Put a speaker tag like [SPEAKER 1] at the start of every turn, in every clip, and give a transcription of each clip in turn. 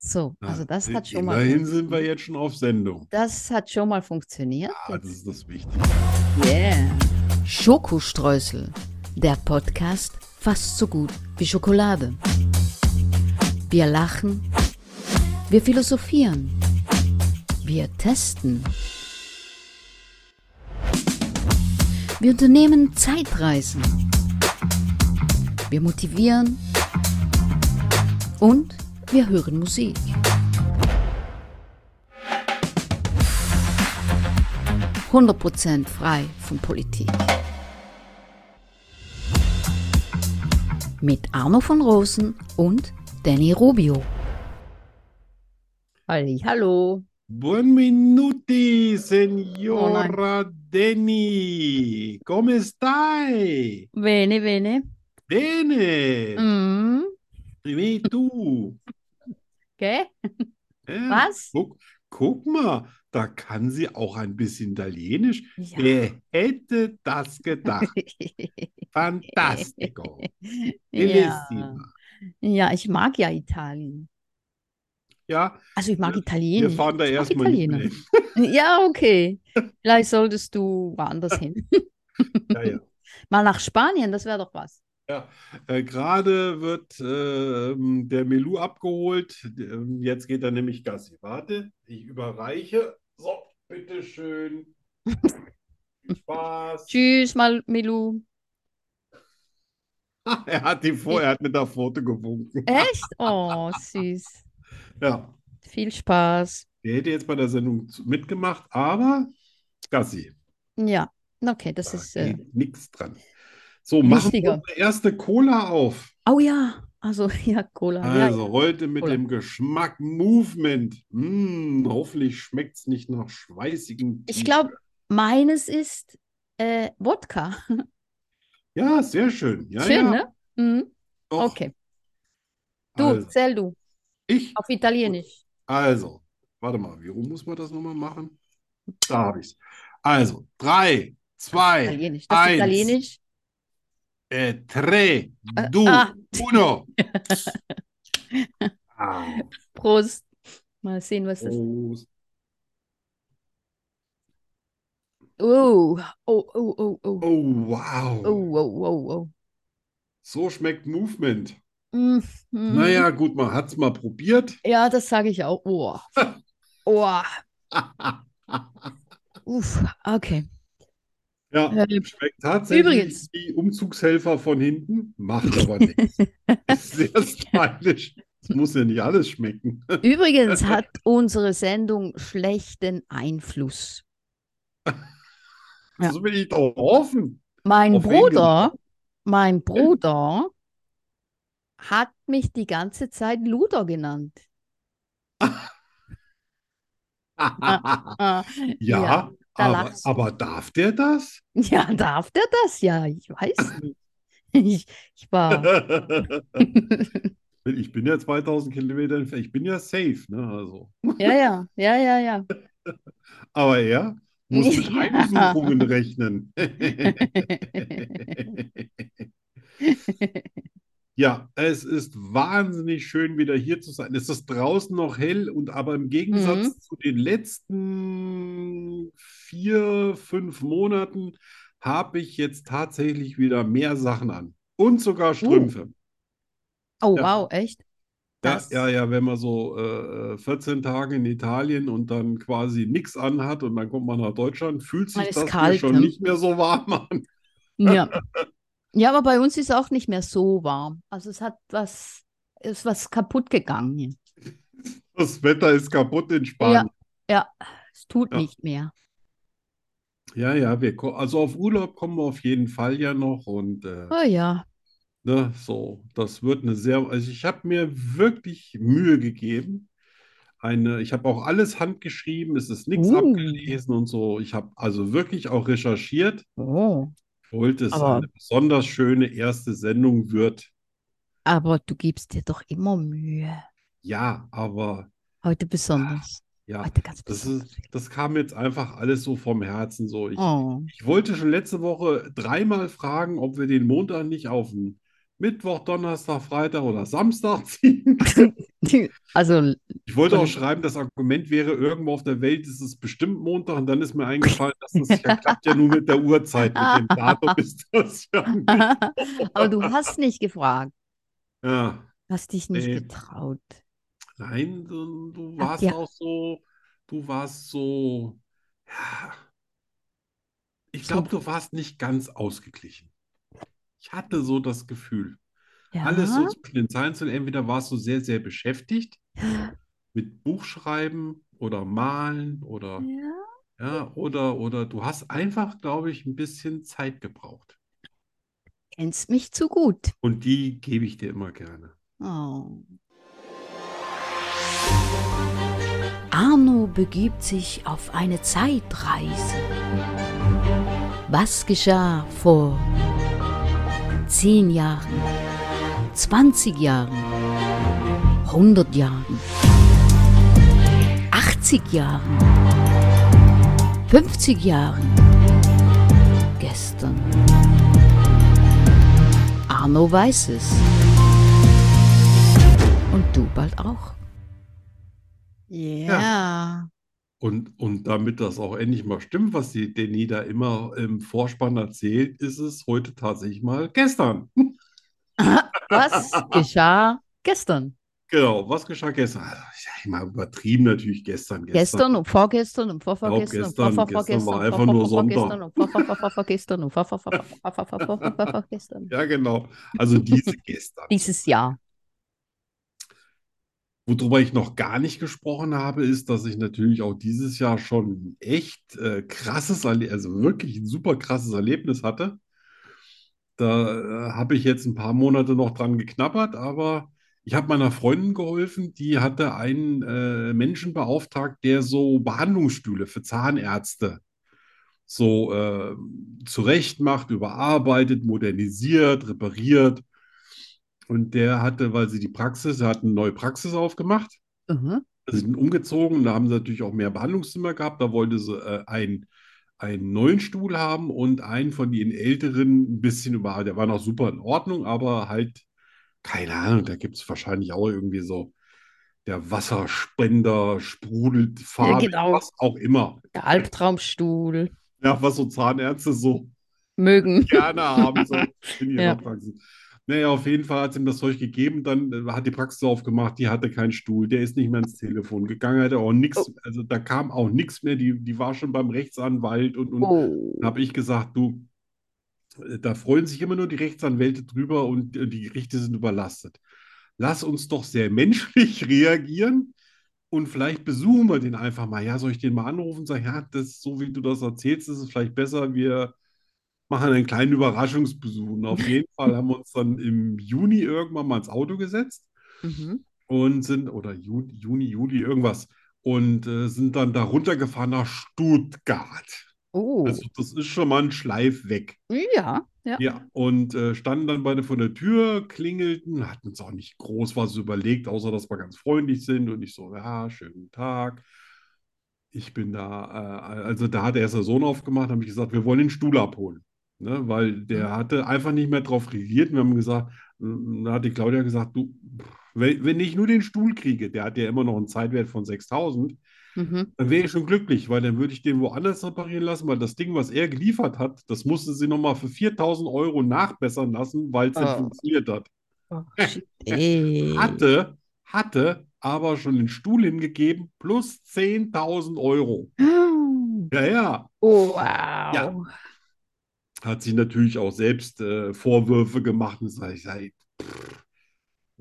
[SPEAKER 1] So, also
[SPEAKER 2] Na,
[SPEAKER 1] das hat schon mal
[SPEAKER 2] immerhin sind wir
[SPEAKER 1] funktioniert.
[SPEAKER 2] jetzt schon auf Sendung.
[SPEAKER 1] Das hat schon mal funktioniert.
[SPEAKER 2] Ah, das
[SPEAKER 1] Jetzt.
[SPEAKER 2] ist das Wichtigste.
[SPEAKER 1] Yeah.
[SPEAKER 3] Schokostreusel, der Podcast fast so gut wie Schokolade. Wir lachen, wir philosophieren, wir testen. Wir unternehmen Zeitreisen. Wir motivieren und wir hören Musik. Prozent frei von Politik. Mit Arno von Rosen und Danny Rubio.
[SPEAKER 1] Halli, hallo.
[SPEAKER 2] Buon minuti,
[SPEAKER 1] Oh
[SPEAKER 2] signora Denny. Come stai?
[SPEAKER 1] Bene, bene.
[SPEAKER 2] Bene.
[SPEAKER 1] Mm.
[SPEAKER 2] Wie du?
[SPEAKER 1] Okay.
[SPEAKER 2] Äh,
[SPEAKER 1] Was?
[SPEAKER 2] Guck, guck mal, da kann sie auch ein bisschen Italienisch.
[SPEAKER 1] Ja.
[SPEAKER 2] Wer hätte das gedacht? Fantastico.
[SPEAKER 1] ja.
[SPEAKER 2] Bellissima.
[SPEAKER 1] ja, ich mag ja Italien.
[SPEAKER 2] Ja,
[SPEAKER 1] Also ich mag
[SPEAKER 2] Wir- wir
[SPEAKER 1] Italien.
[SPEAKER 2] fahren da
[SPEAKER 1] Ich mag
[SPEAKER 2] erstmal nicht
[SPEAKER 1] Italiener.
[SPEAKER 2] mehr hin.
[SPEAKER 1] Ja, okay. Vielleicht solltest du woanders hin.
[SPEAKER 2] Ja, ja.
[SPEAKER 1] Mal nach Spanien, das wäre doch was.
[SPEAKER 2] Äh, gerade wird ähm, der Melu abgeholt. Ähm, jetzt geht er nämlich Gassi. Warte, ich überreiche. So, bitteschön. Viel Spaß.
[SPEAKER 1] Tschüss, mal Milou.
[SPEAKER 2] Er hat die vor, er hat mit der Pfote gewunken.
[SPEAKER 1] Echt? Oh, süß.
[SPEAKER 2] Ja,
[SPEAKER 1] Viel Spaß.
[SPEAKER 2] der hätte jetzt bei der Sendung zu- mitgemacht, aber Gassi,
[SPEAKER 1] Ja, okay, das
[SPEAKER 2] da
[SPEAKER 1] ist. Äh,
[SPEAKER 2] geht nichts dran. So, machen wir
[SPEAKER 1] wichtiger.
[SPEAKER 2] unsere erste Cola auf.
[SPEAKER 1] oh ja, also ja, Cola. ja,
[SPEAKER 2] Also heute mit
[SPEAKER 1] Cola.
[SPEAKER 2] dem Geschmack Movement. Mm, hoffentlich schmeckt es nicht nach schweißigen
[SPEAKER 1] Ich glaube, meines ist äh, Wodka.
[SPEAKER 2] Ja, sehr schön. Ja,
[SPEAKER 1] Schön,
[SPEAKER 2] ja,
[SPEAKER 1] ne? Mhm.
[SPEAKER 2] doch.
[SPEAKER 1] Okay. Du,
[SPEAKER 2] Also,
[SPEAKER 1] zähl du.
[SPEAKER 2] ich,
[SPEAKER 1] Auf Italienisch.
[SPEAKER 2] also, warte mal, wie rum muss man das nochmal machen? Da habe ich es. Also, drei, zwei,
[SPEAKER 1] Italienisch. Das ist
[SPEAKER 2] eins.
[SPEAKER 1] Italienisch.
[SPEAKER 2] äh, tre, du,
[SPEAKER 1] ah.
[SPEAKER 2] uno. Ah,
[SPEAKER 1] Prost. Mal sehen, was das ist.
[SPEAKER 2] Prost.
[SPEAKER 1] Oh, oh, oh, oh, oh.
[SPEAKER 2] Oh, wow.
[SPEAKER 1] Oh, oh, oh,
[SPEAKER 2] So schmeckt Movement.
[SPEAKER 1] oh. Mhm.
[SPEAKER 2] Naja, gut, man hat es mal probiert.
[SPEAKER 1] Ja, das sage ich auch. Oh. Oh. Uff. Okay.
[SPEAKER 2] Ja,
[SPEAKER 1] Äh,
[SPEAKER 2] schmeckt tatsächlich
[SPEAKER 1] übrigens.
[SPEAKER 2] wie Umzugshelfer von hinten, macht aber nichts. Ist sehr stylisch. Es muss ja nicht alles schmecken.
[SPEAKER 1] Übrigens hat unsere Sendung schlechten Einfluss. Ja.
[SPEAKER 2] Das will ich doch hoffen.
[SPEAKER 1] Mein
[SPEAKER 2] Auf wen
[SPEAKER 1] Bruder, mein Bruder hat mich die ganze Zeit Luder genannt.
[SPEAKER 2] Ja,
[SPEAKER 1] Ah, Ja, da
[SPEAKER 2] aber,
[SPEAKER 1] lachst du.
[SPEAKER 2] aber darf der das?
[SPEAKER 1] ja, darf der das? Ja, ich weiß nicht. Ich, ich war,
[SPEAKER 2] Ich bin ja 2000 Kilometer entfernt. Ich bin ja safe, ne? Also.
[SPEAKER 1] ja, ja, ja, ja, ja.
[SPEAKER 2] Aber er muss mit
[SPEAKER 1] Ja.
[SPEAKER 2] Heimsuchungen rechnen. Ja, es ist wahnsinnig schön, wieder hier zu sein. Es ist draußen noch hell und aber im Gegensatz
[SPEAKER 1] Mhm.
[SPEAKER 2] zu den letzten vier, fünf Monaten habe ich jetzt tatsächlich wieder mehr Sachen an und
[SPEAKER 1] Uh,
[SPEAKER 2] sogar Strümpfe.
[SPEAKER 1] Oh,
[SPEAKER 2] Ja.
[SPEAKER 1] wow, echt?
[SPEAKER 2] Ja,
[SPEAKER 1] Das,
[SPEAKER 2] ja, ja, wenn man so äh, 14 Tage in Italien und dann quasi nichts anhat und dann kommt man nach Deutschland, fühlt sich
[SPEAKER 1] Man ist
[SPEAKER 2] das hier
[SPEAKER 1] kalt,
[SPEAKER 2] schon
[SPEAKER 1] ne?
[SPEAKER 2] nicht mehr so warm an.
[SPEAKER 1] ja. Ja, aber bei uns ist auch nicht mehr so warm. Also es hat was, ist was kaputt gegangen hier.
[SPEAKER 2] Das Wetter ist kaputt in Spanien.
[SPEAKER 1] Es tut
[SPEAKER 2] Ja.
[SPEAKER 1] nicht mehr.
[SPEAKER 2] Ja, ja, wir ko- also auf Urlaub kommen wir auf jeden Fall ja noch und äh,
[SPEAKER 1] Oh ja.
[SPEAKER 2] ne, so, das wird eine sehr, also ich habe mir wirklich Mühe gegeben. Eine, ich habe auch alles handgeschrieben, es ist nichts
[SPEAKER 1] Uh.
[SPEAKER 2] abgelesen und so. Ich habe also wirklich auch recherchiert.
[SPEAKER 1] Oh.
[SPEAKER 2] Ich wollte es
[SPEAKER 1] Aber-
[SPEAKER 2] eine besonders schöne erste Sendung wird.
[SPEAKER 1] Aber du gibst dir doch immer Mühe.
[SPEAKER 2] Ja, aber
[SPEAKER 1] Heute besonders.
[SPEAKER 2] ja,
[SPEAKER 1] Heute ganz
[SPEAKER 2] das
[SPEAKER 1] besonders.
[SPEAKER 2] ist, das kam jetzt einfach alles so vom Herzen. So, ich,
[SPEAKER 1] Oh.
[SPEAKER 2] ich wollte schon letzte Woche dreimal fragen, ob wir den Montag nicht auf den Mittwoch, Donnerstag, Freitag oder Samstag ziehen.
[SPEAKER 1] Also,
[SPEAKER 2] Ich wollte auch schreiben, das Argument wäre, irgendwo auf der Welt ist es bestimmt Montag und dann ist mir eingefallen, dass das ja klappt ja nur mit der Uhrzeit. Mit dem Datum ist das ja nicht.
[SPEAKER 1] aber du hast nicht gefragt.
[SPEAKER 2] Ja.
[SPEAKER 1] Hast dich nicht
[SPEAKER 2] Nee.
[SPEAKER 1] getraut.
[SPEAKER 2] Nein, du, du
[SPEAKER 1] Ach,
[SPEAKER 2] warst
[SPEAKER 1] ja.
[SPEAKER 2] auch so, du warst so, ja. Ich
[SPEAKER 1] So.
[SPEAKER 2] glaube, du warst nicht ganz ausgeglichen. Ich hatte so das Gefühl.
[SPEAKER 1] Ja.
[SPEAKER 2] Alles so zwischen den Zeilen zu lesen. entweder warst du sehr, sehr beschäftigt mit Buchschreiben oder Malen oder
[SPEAKER 1] Ja.
[SPEAKER 2] ja, oder oder du hast einfach, glaube ich, ein bisschen Zeit gebraucht.
[SPEAKER 1] Kennst mich zu gut.
[SPEAKER 2] Und die gebe ich dir immer gerne.
[SPEAKER 1] Oh.
[SPEAKER 3] Arno begibt sich auf eine Zeitreise. Was geschah vor 10 Jahren, 20 Jahren, 100 Jahren, 80 Jahren, 50 Jahren, gestern? Arno weiß es. Und du bald auch.
[SPEAKER 1] Ja.
[SPEAKER 2] Und, und damit das auch endlich mal stimmt, was die Deni da immer im Vorspann erzählt, ist es heute tatsächlich mal gestern.
[SPEAKER 1] Was geschah gestern?
[SPEAKER 2] Genau, was geschah gestern? Also, ich sage mal übertrieben natürlich gestern, gestern.
[SPEAKER 1] Gestern und vorgestern und vorvorgestern und
[SPEAKER 2] gestern. Gestern war einfach nur
[SPEAKER 1] vorvorvorvorgestern und vorvorvorvorgestern und vorvorvorvorvorvorvorvorvorvorvorvorgestern.
[SPEAKER 2] Ja, genau. Also diese gestern.
[SPEAKER 1] Dieses Jahr.
[SPEAKER 2] Worüber ich noch gar nicht gesprochen habe, ist, dass ich natürlich auch dieses Jahr schon ein echt äh, krasses, Erle- also wirklich ein super krasses Erlebnis hatte. Da äh, habe ich jetzt ein paar Monate noch dran geknabbert, aber ich habe meiner Freundin geholfen, die hatte einen äh, Menschen beauftragt, der so Behandlungsstühle für Zahnärzte so äh, zurecht macht, überarbeitet, modernisiert, repariert. Und der hatte, weil sie die Praxis, er hat eine neue Praxis aufgemacht.
[SPEAKER 1] Mhm.
[SPEAKER 2] Also sie sind umgezogen, da haben sie natürlich auch mehr Behandlungszimmer gehabt. Da wollte sie äh, einen, einen neuen Stuhl haben und einen von den älteren ein bisschen über. Der war noch super in Ordnung, aber halt, keine Ahnung, da gibt es wahrscheinlich auch irgendwie so der Wasserspender, sprudelt, Farbe,
[SPEAKER 1] genau.
[SPEAKER 2] was auch immer.
[SPEAKER 1] Der Albtraumstuhl.
[SPEAKER 2] Ja, was so Zahnärzte so
[SPEAKER 1] Mögen.
[SPEAKER 2] gerne haben so in ihrer
[SPEAKER 1] Ja.
[SPEAKER 2] Praxis. Naja, auf jeden Fall hat sie ihm das Zeug gegeben, dann äh, hat die Praxis aufgemacht, die hatte keinen Stuhl, der ist nicht mehr ins Telefon gegangen, hatte auch nichts, also da kam auch nichts mehr, die, die war schon beim Rechtsanwalt und, und
[SPEAKER 1] Oh.
[SPEAKER 2] habe ich gesagt, du, äh, da freuen sich immer nur die Rechtsanwälte drüber und äh, die Gerichte sind überlastet. Lass uns doch sehr menschlich reagieren und vielleicht besuchen wir den einfach mal. Ja, soll ich den mal anrufen? Sag, ja, das, so wie du das erzählst, ist es vielleicht besser. Wir machen einen kleinen Überraschungsbesuch. Und auf jeden Fall haben wir uns dann im Juni irgendwann mal ins Auto gesetzt
[SPEAKER 1] Mhm.
[SPEAKER 2] und sind, oder Juni, Juni Juli, irgendwas, und äh, sind dann da runtergefahren nach Stuttgart.
[SPEAKER 1] Oh.
[SPEAKER 2] Also das ist schon mal ein Schleif weg.
[SPEAKER 1] Ja. Ja.
[SPEAKER 2] Ja, und äh, standen dann beide vor der Tür, klingelten, hatten uns auch nicht groß was überlegt, außer dass wir ganz freundlich sind. Und ich so, ja, schönen Tag. Ich bin da, äh, also da hat erst der Sohn aufgemacht, habe ich gesagt, wir wollen den Stuhl abholen. Ne, weil der hatte einfach nicht mehr drauf reagiert. Wir haben gesagt, m, da hat die Claudia gesagt, du, pff, wenn, wenn ich nur den Stuhl kriege, der hat ja immer noch einen Zeitwert von 6000,
[SPEAKER 1] Mhm.
[SPEAKER 2] dann wäre ich schon glücklich, weil dann würde ich den woanders reparieren lassen, weil das Ding, was er geliefert hat, das musste sie nochmal für 4000 Euro nachbessern lassen, weil es nicht
[SPEAKER 1] Oh.
[SPEAKER 2] funktioniert hat.
[SPEAKER 1] Oh, shit. Ey.
[SPEAKER 2] Hatte, hatte aber schon den Stuhl hingegeben, plus 10.000 Euro.
[SPEAKER 1] Oh,
[SPEAKER 2] Ja, ja.
[SPEAKER 1] wow.
[SPEAKER 2] Ja. Hat sich natürlich auch selbst äh, Vorwürfe gemacht und sage ich, sei, pff,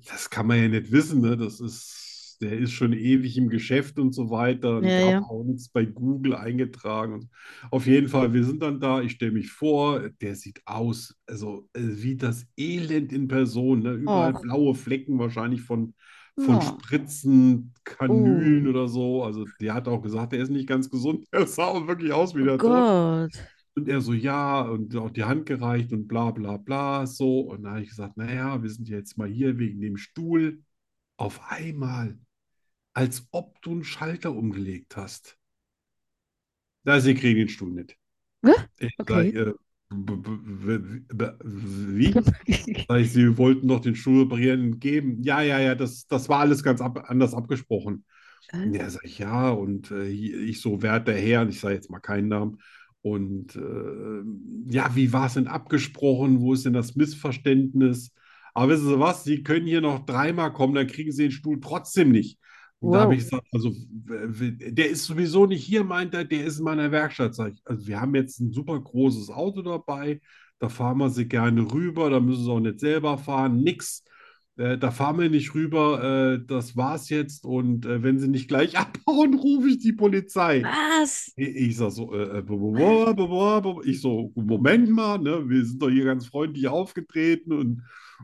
[SPEAKER 2] das kann man ja nicht wissen, ne? Das ist, der ist schon ewig im Geschäft und so weiter und
[SPEAKER 1] Ja,
[SPEAKER 2] ich
[SPEAKER 1] ja.
[SPEAKER 2] habe auch nichts bei Google eingetragen. Und auf jeden Fall, wir sind dann da, ich stelle mich vor, der sieht aus, also äh, wie das Elend in Person, ne? Überall
[SPEAKER 1] Och.
[SPEAKER 2] blaue Flecken wahrscheinlich von, von
[SPEAKER 1] Ja.
[SPEAKER 2] Spritzen, Kanülen
[SPEAKER 1] Uh.
[SPEAKER 2] oder so. Also der hat auch gesagt, der ist nicht ganz gesund. Er sah auch wirklich aus wie
[SPEAKER 1] Oh
[SPEAKER 2] der Tod.
[SPEAKER 1] Gott.
[SPEAKER 2] Und er so, ja, und auch die Hand gereicht und bla bla bla, so. Und dann habe ich gesagt, naja, wir sind jetzt mal hier wegen dem Stuhl. Auf einmal, als ob du einen Schalter umgelegt hast. Na, sie kriegen den Stuhl nicht.
[SPEAKER 1] Hä?
[SPEAKER 2] Ich
[SPEAKER 1] Okay.
[SPEAKER 2] sag, äh, B- b- b- Wie? Sag ich, Sie wollten doch den Schuh reparieren geben. Ja, ja, ja, das, das war alles ganz ab, anders abgesprochen. Und
[SPEAKER 1] Äh,
[SPEAKER 2] Ja, sag ich, ja, und äh, hier- ich so, wer hat der Herr? Und ich sage jetzt mal keinen Namen. Und äh, ja, wie war es denn abgesprochen? Wo ist denn das Missverständnis? Aber wissen Sie was? Sie können hier noch dreimal kommen, dann kriegen Sie den Stuhl trotzdem nicht. Und da habe
[SPEAKER 1] Wow.
[SPEAKER 2] ich gesagt, also w- w- der ist sowieso nicht hier, meint er, der ist in meiner Werkstatt. Sag ich, also wir haben jetzt ein super großes Auto dabei, da fahren wir sie gerne rüber, da müssen sie auch nicht selber fahren, nix. Äh, da fahren wir nicht rüber, äh, das war's jetzt. Und äh, wenn sie nicht gleich abhauen, rufe ich die Polizei.
[SPEAKER 1] Was?
[SPEAKER 2] Ich, ich sag so, äh, äh, bo- bo- bo- bo- bo- bo- ich so, Moment mal, ne, wir sind doch hier ganz freundlich aufgetreten und,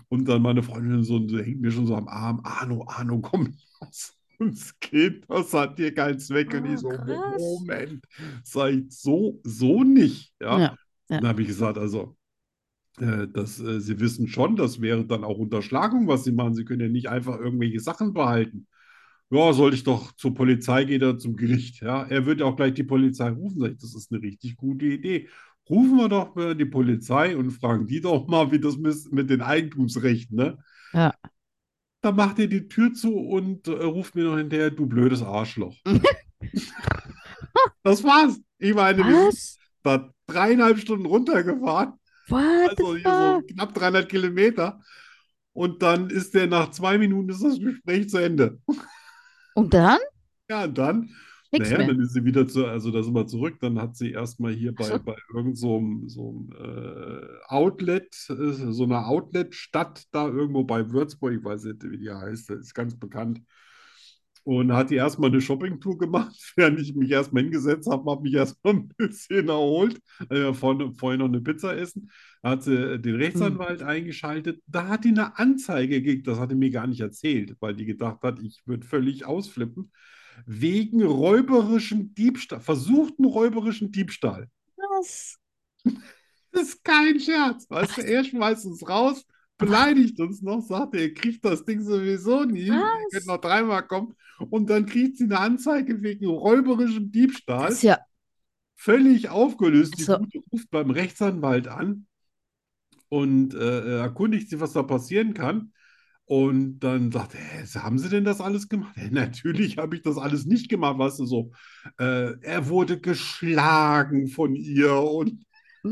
[SPEAKER 2] und dann meine Freundin so, so hängt mir schon so am Arm, Arno, Arno, komm, lass uns gehen, das hat hier keinen Zweck. Und ich
[SPEAKER 1] Ah,
[SPEAKER 2] so,
[SPEAKER 1] krass.
[SPEAKER 2] Moment, sag ich, so, so nicht, ja.
[SPEAKER 1] Ja, ja.
[SPEAKER 2] Dann habe ich gesagt, also, äh, dass äh, sie wissen schon, das wäre dann auch Unterschlagung, was sie machen. Sie können ja nicht einfach irgendwelche Sachen behalten. Ja, soll ich doch zur Polizei gehen oder zum Gericht. Ja, er wird auch gleich die Polizei rufen. Sag ich, das ist eine richtig gute Idee. Rufen wir doch mal die Polizei und fragen die doch mal, wie das mis- mit den Eigentumsrechten, ne?
[SPEAKER 1] Ja.
[SPEAKER 2] Da macht er die Tür zu und äh, ruft mir noch hinterher, du blödes Arschloch. Das war's. Ich meine, wir sind
[SPEAKER 1] Was?
[SPEAKER 2] da dreieinhalb Stunden runtergefahren.
[SPEAKER 1] What the
[SPEAKER 2] Also hier so
[SPEAKER 1] fuck?
[SPEAKER 2] knapp 300 Kilometer. Und dann ist der nach zwei Minuten ist das Gespräch zu Ende.
[SPEAKER 1] Und dann?
[SPEAKER 2] Ja, und dann,
[SPEAKER 1] Nix
[SPEAKER 2] naja,
[SPEAKER 1] mehr.
[SPEAKER 2] dann ist sie wieder zu, also da sind wir zurück, dann hat sie erstmal hier
[SPEAKER 1] Ach
[SPEAKER 2] bei,
[SPEAKER 1] so.
[SPEAKER 2] bei irgend so einem, so einem äh, Outlet, äh, so einer Outlet-Stadt da irgendwo bei Würzburg, ich weiß nicht, wie die heißt, das ist ganz bekannt. Und hat die erstmal eine Shoppingtour gemacht, während ich mich erstmal hingesetzt habe, habe mich erstmal ein bisschen erholt. Also wir vorhin, vorhin noch eine Pizza essen. Da hat sie äh, den
[SPEAKER 1] Hm.
[SPEAKER 2] Rechtsanwalt eingeschaltet. Da hat die eine Anzeige gekriegt, das hat die mir gar nicht erzählt, weil die gedacht hat, ich würde völlig ausflippen. Wegen räuberischen Diebstahl, versuchten räuberischen Diebstahl.
[SPEAKER 1] Was?
[SPEAKER 2] Das ist kein Scherz, weißt du,
[SPEAKER 1] Was?
[SPEAKER 2] er schmeißt uns raus,
[SPEAKER 1] Was?
[SPEAKER 2] beleidigt uns noch, sagt, er kriegt das Ding sowieso nie, er könnte
[SPEAKER 1] Was?
[SPEAKER 2] noch dreimal kommen und dann kriegt sie eine Anzeige wegen räuberischem
[SPEAKER 1] Das ist
[SPEAKER 2] Diebstahl,
[SPEAKER 1] ja.
[SPEAKER 2] völlig aufgelöst. Die
[SPEAKER 1] Also,
[SPEAKER 2] Gute ruft beim Rechtsanwalt an und äh, erkundigt sie, was da passieren kann. Und dann sagt er, "Hä, haben Sie denn das alles gemacht? "Ja, natürlich habe ich das alles nicht gemacht, weißt du, so. Äh, er wurde geschlagen von ihr und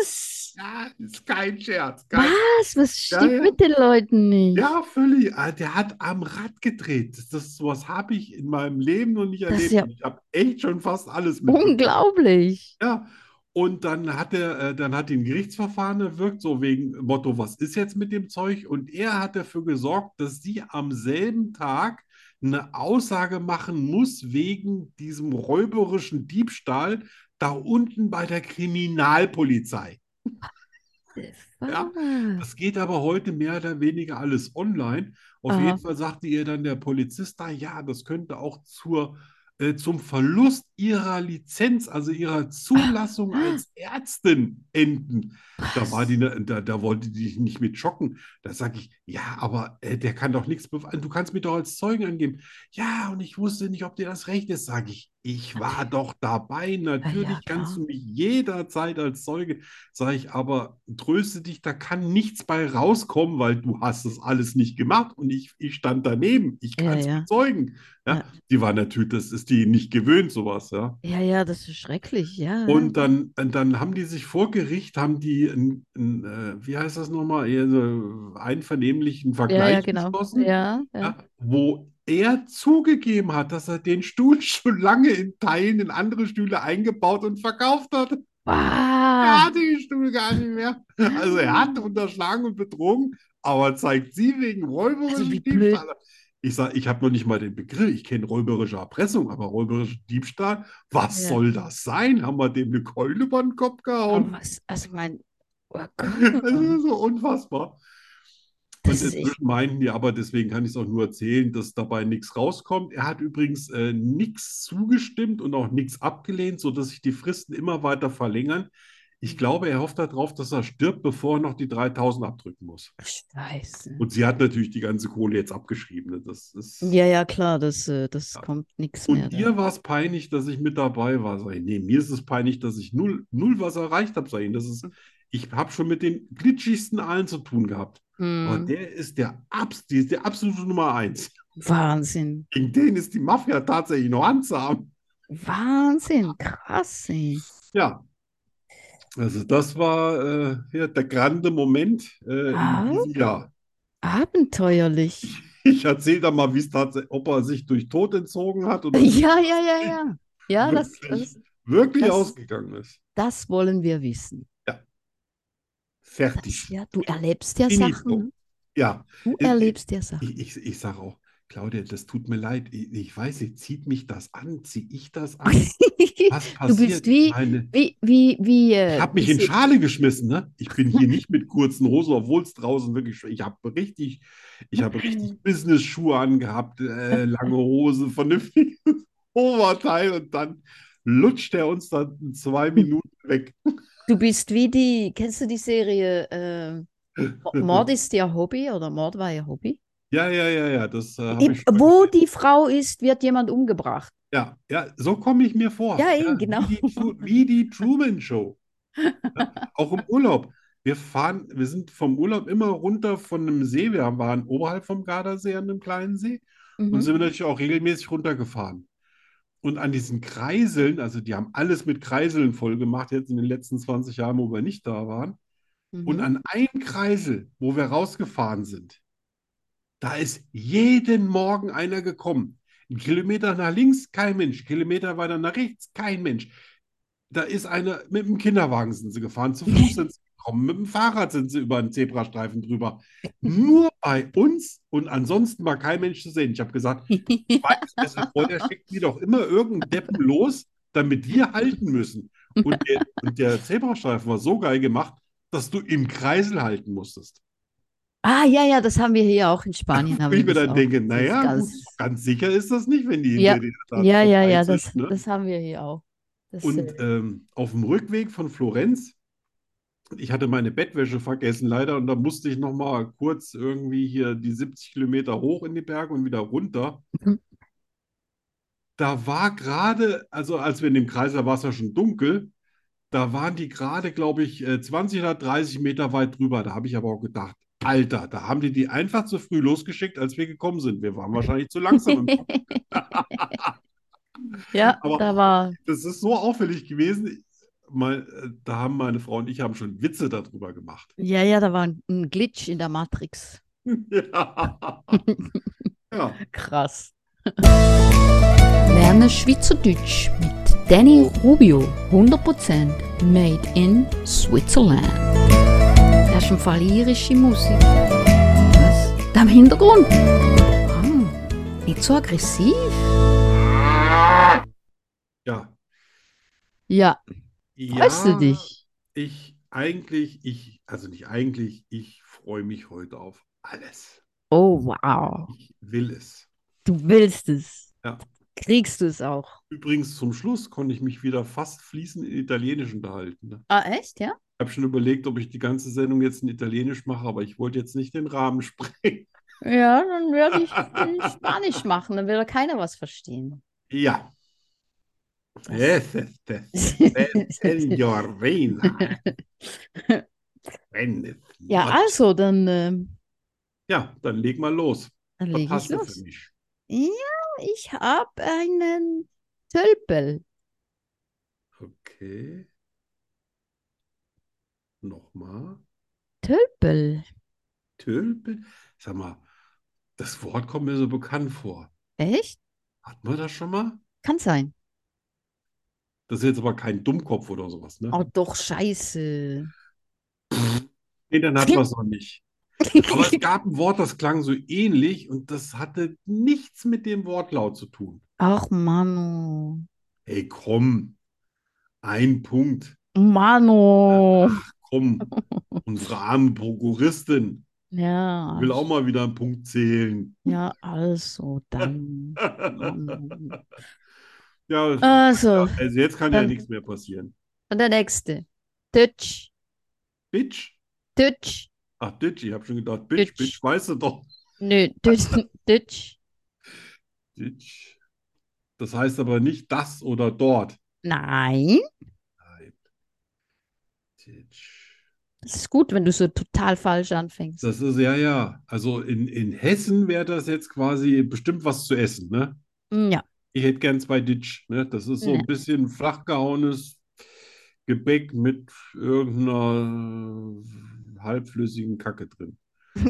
[SPEAKER 1] was?
[SPEAKER 2] ja, ist kein Scherz, kein
[SPEAKER 1] Was? Was
[SPEAKER 2] Ja,
[SPEAKER 1] stimmt
[SPEAKER 2] ja.
[SPEAKER 1] mit den Leuten nicht?
[SPEAKER 2] Ja, völlig. Ah, Der hat am Rad gedreht. Das, das, sowas habe ich in meinem Leben noch nicht
[SPEAKER 1] Das ist
[SPEAKER 2] erlebt.
[SPEAKER 1] ja
[SPEAKER 2] Und Ich habe echt schon fast alles mitbekommen.
[SPEAKER 1] unglaublich.
[SPEAKER 2] Ja. Und dann hat er, äh, dann hat ihn Gerichtsverfahren erwirkt, so wegen Motto, was ist jetzt mit dem Zeug? Und er hat dafür gesorgt, dass sie am selben Tag eine Aussage machen muss wegen diesem räuberischen Diebstahl da unten bei der Kriminalpolizei.
[SPEAKER 1] The
[SPEAKER 2] Ja,
[SPEAKER 1] fuck?
[SPEAKER 2] das geht aber heute mehr oder weniger alles online. Auf jeden
[SPEAKER 1] Aha.
[SPEAKER 2] Fall sagte ihr dann der Polizist da, ja, das könnte auch zur, äh, zum Verlust ihrer Lizenz, also ihrer Zulassung als Ärztin enden. Da war die,
[SPEAKER 1] Was?
[SPEAKER 2] ne- da, da wollte die dich nicht mit schocken. Da sage ich, ja, aber äh, der kann doch nichts beweisen. Du kannst mich doch als Zeugen angeben. Ja, und ich wusste nicht, ob dir das recht ist, sage ich. Ich war
[SPEAKER 1] Natürlich.
[SPEAKER 2] doch dabei.
[SPEAKER 1] Ja, ja,
[SPEAKER 2] Natürlich kannst
[SPEAKER 1] klar.
[SPEAKER 2] du mich jederzeit als Zeuge Sag ich aber, tröste dich, da kann nichts bei rauskommen, weil du hast das alles nicht gemacht und ich, ich stand daneben. Ich
[SPEAKER 1] Ja,
[SPEAKER 2] kann es
[SPEAKER 1] ja,
[SPEAKER 2] bezeugen. Ja,
[SPEAKER 1] ja.
[SPEAKER 2] die war natürlich, das ist die nicht gewöhnt, sowas, ja.
[SPEAKER 1] Ja, ja, das ist schrecklich. Ja, ja.
[SPEAKER 2] Und dann, und dann haben die sich vor Gericht, haben die, ein, ein, äh, wie heißt das nochmal, Eher so einvernehmlichen
[SPEAKER 1] Ja, ja,
[SPEAKER 2] Vergleich
[SPEAKER 1] genau.
[SPEAKER 2] geschlossen,
[SPEAKER 1] Ja, ja.
[SPEAKER 2] ja, wo er zugegeben hat, dass er den Stuhl schon lange in Teilen in andere Stühle eingebaut und verkauft hat. Er
[SPEAKER 1] Wow.
[SPEAKER 2] hatte den Stuhl gar nicht mehr. Also er hat unterschlagen und betrogen, aber zeigt sie wegen
[SPEAKER 1] Also wie
[SPEAKER 2] räuberischen
[SPEAKER 1] blöd.
[SPEAKER 2] Diebstahl. an. Ich sage, ich habe noch nicht mal den Begriff. Ich kenne räuberische Erpressung, aber räuberische Diebstahl, was
[SPEAKER 1] Ja.
[SPEAKER 2] soll das sein? Haben wir dem eine Keule über den Kopf
[SPEAKER 1] Aber
[SPEAKER 2] gehauen?
[SPEAKER 1] was, also mein, oh
[SPEAKER 2] Das
[SPEAKER 1] Gott,
[SPEAKER 2] ist so unfassbar.
[SPEAKER 1] das
[SPEAKER 2] Und
[SPEAKER 1] ist echt,
[SPEAKER 2] inzwischen meinten die aber, deswegen kann ich es auch nur erzählen, dass dabei nichts rauskommt. Er hat übrigens äh, nichts zugestimmt und auch nichts abgelehnt, sodass sich die Fristen immer weiter verlängern. Ich glaube, er hofft darauf, dass er stirbt, bevor er noch die 3000 abdrücken muss.
[SPEAKER 1] Scheiße.
[SPEAKER 2] Und sie hat natürlich die ganze Kohle jetzt abgeschrieben. ne? Das ist.
[SPEAKER 1] Ja, ja, klar, das, äh, das
[SPEAKER 2] Ja.
[SPEAKER 1] kommt nichts mehr.
[SPEAKER 2] Und
[SPEAKER 1] da.
[SPEAKER 2] dir war es peinlich, dass ich mit dabei war. Sag ich, nee, mir ist es peinlich, dass ich null, null was erreicht habe. Sag ich, das ist, ich habe schon mit den glitschigsten allen zu tun gehabt. Aber
[SPEAKER 1] Hm,
[SPEAKER 2] der ist der, Abs, die ist der absolute Nummer eins.
[SPEAKER 1] Wahnsinn.
[SPEAKER 2] Gegen den ist die Mafia tatsächlich noch handzahm.
[SPEAKER 1] Wahnsinn. Krass, ey.
[SPEAKER 2] Ja. Also das war äh, ja, der grande Moment äh,
[SPEAKER 1] Ah.
[SPEAKER 2] in diesem Jahr.
[SPEAKER 1] Abenteuerlich.
[SPEAKER 2] Ich erzähle da mal, wie es tatsächlich, ob er sich durch Tod entzogen hat oder
[SPEAKER 1] Ja, ja, ja, ja. Ja, das,
[SPEAKER 2] Wirklich.
[SPEAKER 1] das,
[SPEAKER 2] wirklich
[SPEAKER 1] Das-
[SPEAKER 2] ausgegangen ist.
[SPEAKER 1] das wollen wir wissen.
[SPEAKER 2] Fertig.
[SPEAKER 1] Das, ja, du erlebst ja
[SPEAKER 2] Finito. Äh,
[SPEAKER 1] Sachen.
[SPEAKER 2] Ja.
[SPEAKER 1] Du
[SPEAKER 2] Ich-
[SPEAKER 1] erlebst ja Sachen.
[SPEAKER 2] Ich, ich, ich sage auch, Claudia, das tut mir leid. Ich, ich weiß nicht, zieht mich das an? Ziehe ich das an? Was
[SPEAKER 1] Du bist
[SPEAKER 2] passiert?
[SPEAKER 1] wie-
[SPEAKER 2] Meine,
[SPEAKER 1] Wie, wie, wie. äh,
[SPEAKER 2] ich habe mich in
[SPEAKER 1] diese-
[SPEAKER 2] Schale geschmissen, ne? Ich bin hier nicht mit kurzen Hosen, obwohl es draußen wirklich schön. Ich habe richtig, ich habe richtig Business-Schuhe angehabt, äh, lange Hose, vernünftiges Oberteil und dann lutscht er uns dann in zwei Minuten weg.
[SPEAKER 1] Du bist wie die, kennst du die Serie äh, Mo- Mord ist ja Hobby oder Mord war ja Hobby?
[SPEAKER 2] Ja, ja, ja, ja, das äh, habe
[SPEAKER 1] Im-
[SPEAKER 2] ich schon mal
[SPEAKER 1] Wo
[SPEAKER 2] gesehen.
[SPEAKER 1] die Frau ist, wird jemand umgebracht.
[SPEAKER 2] Ja, ja, so komme ich mir vor.
[SPEAKER 1] Ja, eben, genau.
[SPEAKER 2] Wie die, Tru- wie die Truman Show. Ja, auch im Urlaub. Wir fahren, wir sind vom Urlaub immer runter von einem See. Wir waren oberhalb vom Gardasee an einem kleinen See und
[SPEAKER 1] Mhm.
[SPEAKER 2] sind natürlich auch regelmäßig runtergefahren. Und an diesen Kreiseln, also die haben alles mit Kreiseln voll gemacht, jetzt in den letzten 20 Jahren, wo wir nicht da waren. Und
[SPEAKER 1] Mhm.
[SPEAKER 2] an einem Kreisel, wo wir rausgefahren sind, da ist jeden Morgen einer gekommen. Ein Kilometer nach links kein Mensch, Kilometer weiter nach rechts kein Mensch. Da ist einer mit dem Kinderwagen sind sie gefahren, zu Fuß sind sie gekommen, mit dem Fahrrad sind sie über einen Zebrastreifen drüber. Nur bei uns und ansonsten war kein Mensch zu sehen. Ich habe gesagt, weiß, also vorher schickt die doch immer irgendeinen Deppen los, damit wir halten müssen. Und der, und der Zebrastreifen war so geil gemacht, dass du im Kreisel halten musstest.
[SPEAKER 1] Ah, ja, ja, das haben wir hier auch in Spanien. haben
[SPEAKER 2] Wo ich
[SPEAKER 1] wir
[SPEAKER 2] mir
[SPEAKER 1] das
[SPEAKER 2] dann
[SPEAKER 1] auch.
[SPEAKER 2] denke,
[SPEAKER 1] Das ist
[SPEAKER 2] naja,
[SPEAKER 1] ganz-
[SPEAKER 2] gut, ganz sicher ist das nicht, wenn die
[SPEAKER 1] Ja,
[SPEAKER 2] hinter dir da
[SPEAKER 1] Ja, ja, ja,
[SPEAKER 2] vorbeiziehen,
[SPEAKER 1] das,
[SPEAKER 2] ne?
[SPEAKER 1] das haben wir hier auch. Das,
[SPEAKER 2] Und
[SPEAKER 1] äh,
[SPEAKER 2] ähm, auf dem Rückweg von Florenz, ich hatte meine Bettwäsche vergessen leider und da musste ich nochmal kurz irgendwie hier die 70 Kilometer hoch in die Berge und wieder runter.
[SPEAKER 1] Mhm.
[SPEAKER 2] Da war gerade, also als wir in dem Kreis, da war es ja schon dunkel, da waren die gerade, glaube ich, äh, 20 oder 30 Meter weit drüber. Da habe ich aber auch gedacht, Alter, da haben die die einfach zu früh losgeschickt, als wir gekommen sind. Wir waren wahrscheinlich zu langsam im
[SPEAKER 1] ja,
[SPEAKER 2] aber-
[SPEAKER 1] da war.
[SPEAKER 2] Das ist so auffällig gewesen. Mein, äh, da haben meine Frau und ich haben schon Witze darüber gemacht.
[SPEAKER 1] Ja, ja, da war ein- ein Glitch in der Matrix.
[SPEAKER 2] ja. ja.
[SPEAKER 1] Krass.
[SPEAKER 3] Lerne Schweizerdeutsch mit Danny Rubio. 100% made in Switzerland. Das ist im Fall irische Musik. Was? Da im Hintergrund? Ah, nicht so aggressiv.
[SPEAKER 2] ja.
[SPEAKER 1] Ja, freust
[SPEAKER 2] Ja,
[SPEAKER 1] du dich?
[SPEAKER 2] Ich eigentlich, ich, also nicht eigentlich, ich freue mich heute auf alles.
[SPEAKER 1] Oh, wow.
[SPEAKER 2] Ich will es.
[SPEAKER 1] Du willst es.
[SPEAKER 2] Ja.
[SPEAKER 1] Kriegst du es auch.
[SPEAKER 2] Übrigens, zum Schluss konnte ich mich wieder fast fließend in Italienisch unterhalten. Ne?
[SPEAKER 1] Ah, echt, ja?
[SPEAKER 2] Ich habe schon überlegt, ob ich die ganze Sendung jetzt in Italienisch mache, aber ich wollte jetzt nicht den Rahmen sprengen.
[SPEAKER 1] Ja, dann werde ich in Spanisch machen, dann will da keiner was verstehen.
[SPEAKER 2] Ja. Äh, Es ist es. Signorina. Wenn es
[SPEAKER 1] Ja,
[SPEAKER 2] not-
[SPEAKER 1] also, dann, ähm,
[SPEAKER 2] Ja, dann leg mal los.
[SPEAKER 1] dann
[SPEAKER 2] Was
[SPEAKER 1] lege ich
[SPEAKER 2] hast du für
[SPEAKER 1] los.
[SPEAKER 2] mich?
[SPEAKER 1] Ja, ich habe einen Tölpel.
[SPEAKER 2] Okay. Nochmal.
[SPEAKER 1] Tölpel.
[SPEAKER 2] Tölpel. Sag mal, das Wort kommt mir so bekannt vor.
[SPEAKER 1] Echt?
[SPEAKER 2] Hatten wir das schon mal?
[SPEAKER 1] Kann sein.
[SPEAKER 2] Das ist jetzt aber kein Dummkopf oder sowas, ne?
[SPEAKER 1] Oh, doch, scheiße.
[SPEAKER 2] Nee, dann hatten wir es noch nicht. Aber es gab ein Wort, das klang so ähnlich und das hatte nichts mit dem Wortlaut zu tun.
[SPEAKER 1] Ach, Manu.
[SPEAKER 2] Hey, komm. Ein Punkt.
[SPEAKER 1] Manu.
[SPEAKER 2] Komm. Unsere arme Prokuristin.
[SPEAKER 1] Ja,
[SPEAKER 2] will auch mal wieder einen Punkt zählen.
[SPEAKER 1] ja, also, dann. Manu.
[SPEAKER 2] Ja,
[SPEAKER 1] Also,
[SPEAKER 2] also jetzt kann ja
[SPEAKER 1] dann-
[SPEAKER 2] nichts mehr passieren.
[SPEAKER 1] und der nächste. Deutsch,
[SPEAKER 2] Bitch?
[SPEAKER 1] Deutsch,
[SPEAKER 2] Ach, Ditch, ich habe schon gedacht, Bitch,
[SPEAKER 1] Ditch.
[SPEAKER 2] Bitch, weißt du doch.
[SPEAKER 1] nö, Deutsch, Deutsch,
[SPEAKER 2] Ditch. Das heißt aber nicht das oder dort.
[SPEAKER 1] nein.
[SPEAKER 2] Nein. Ditch.
[SPEAKER 1] Es ist gut, wenn du so total falsch anfängst.
[SPEAKER 2] Das ist, ja, ja. Also in, in Hessen wäre das jetzt quasi bestimmt was zu essen, ne?
[SPEAKER 1] Hm, Ja,
[SPEAKER 2] Ich hätte gern zwei Ditch, ne? Das ist so ein
[SPEAKER 1] Ja.
[SPEAKER 2] bisschen flachgehauenes Gebäck mit irgendeiner halbflüssigen Kacke drin.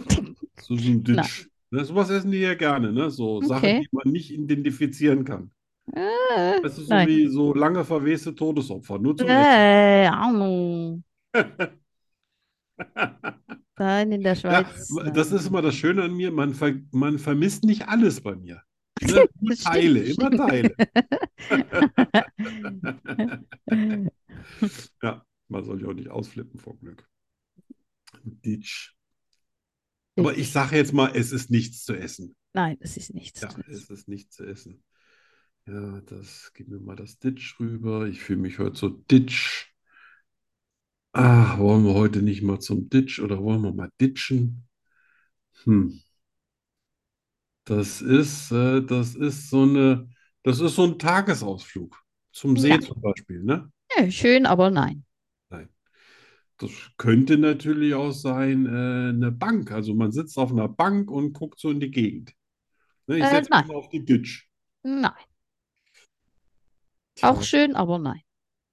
[SPEAKER 2] So so ein
[SPEAKER 1] Na.
[SPEAKER 2] Ditch. Ne? Sowas essen die ja gerne, ne? So Sachen,
[SPEAKER 1] Okay.
[SPEAKER 2] die man nicht identifizieren kann.
[SPEAKER 1] Äh,
[SPEAKER 2] Das ist so
[SPEAKER 1] Nein.
[SPEAKER 2] wie so lange verweste Todesopfer, nur zum Essen.
[SPEAKER 1] äh, Ahnung. Nein, in der
[SPEAKER 2] Ja,
[SPEAKER 1] Schweiz. ähm.
[SPEAKER 2] das ist immer das Schöne an mir, man, ver man vermisst nicht alles bei mir. Ne? Nur
[SPEAKER 1] Das stimmt,
[SPEAKER 2] Teile,
[SPEAKER 1] das
[SPEAKER 2] immer Teile.
[SPEAKER 1] nein.
[SPEAKER 2] Ja, man soll ja auch nicht ausflippen vor Glück. Ditch. Aber ich sage jetzt mal, es ist nichts zu essen.
[SPEAKER 1] Nein, es ist nichts.
[SPEAKER 2] Ja, es ist nichts zu essen. Ja, das, gib mir mal das Ditch rüber. Ich fühle mich heute so ditch. Ach, wollen wir heute nicht mal zum Ditch oder wollen wir mal ditchen? Hm. Das ist, äh, das ist so eine, das ist so ein Tagesausflug zum See
[SPEAKER 1] Ja.
[SPEAKER 2] zum Beispiel, ne?
[SPEAKER 1] Ja, schön, aber nein.
[SPEAKER 2] Das könnte natürlich auch sein, äh, eine Bank. Also man sitzt auf einer Bank und guckt so in die Gegend. Ne, ich
[SPEAKER 1] Äh,
[SPEAKER 2] setze mich
[SPEAKER 1] nein.
[SPEAKER 2] mal auf die Ditch.
[SPEAKER 1] Nein.
[SPEAKER 2] Tja,
[SPEAKER 1] Auch schön, aber nein.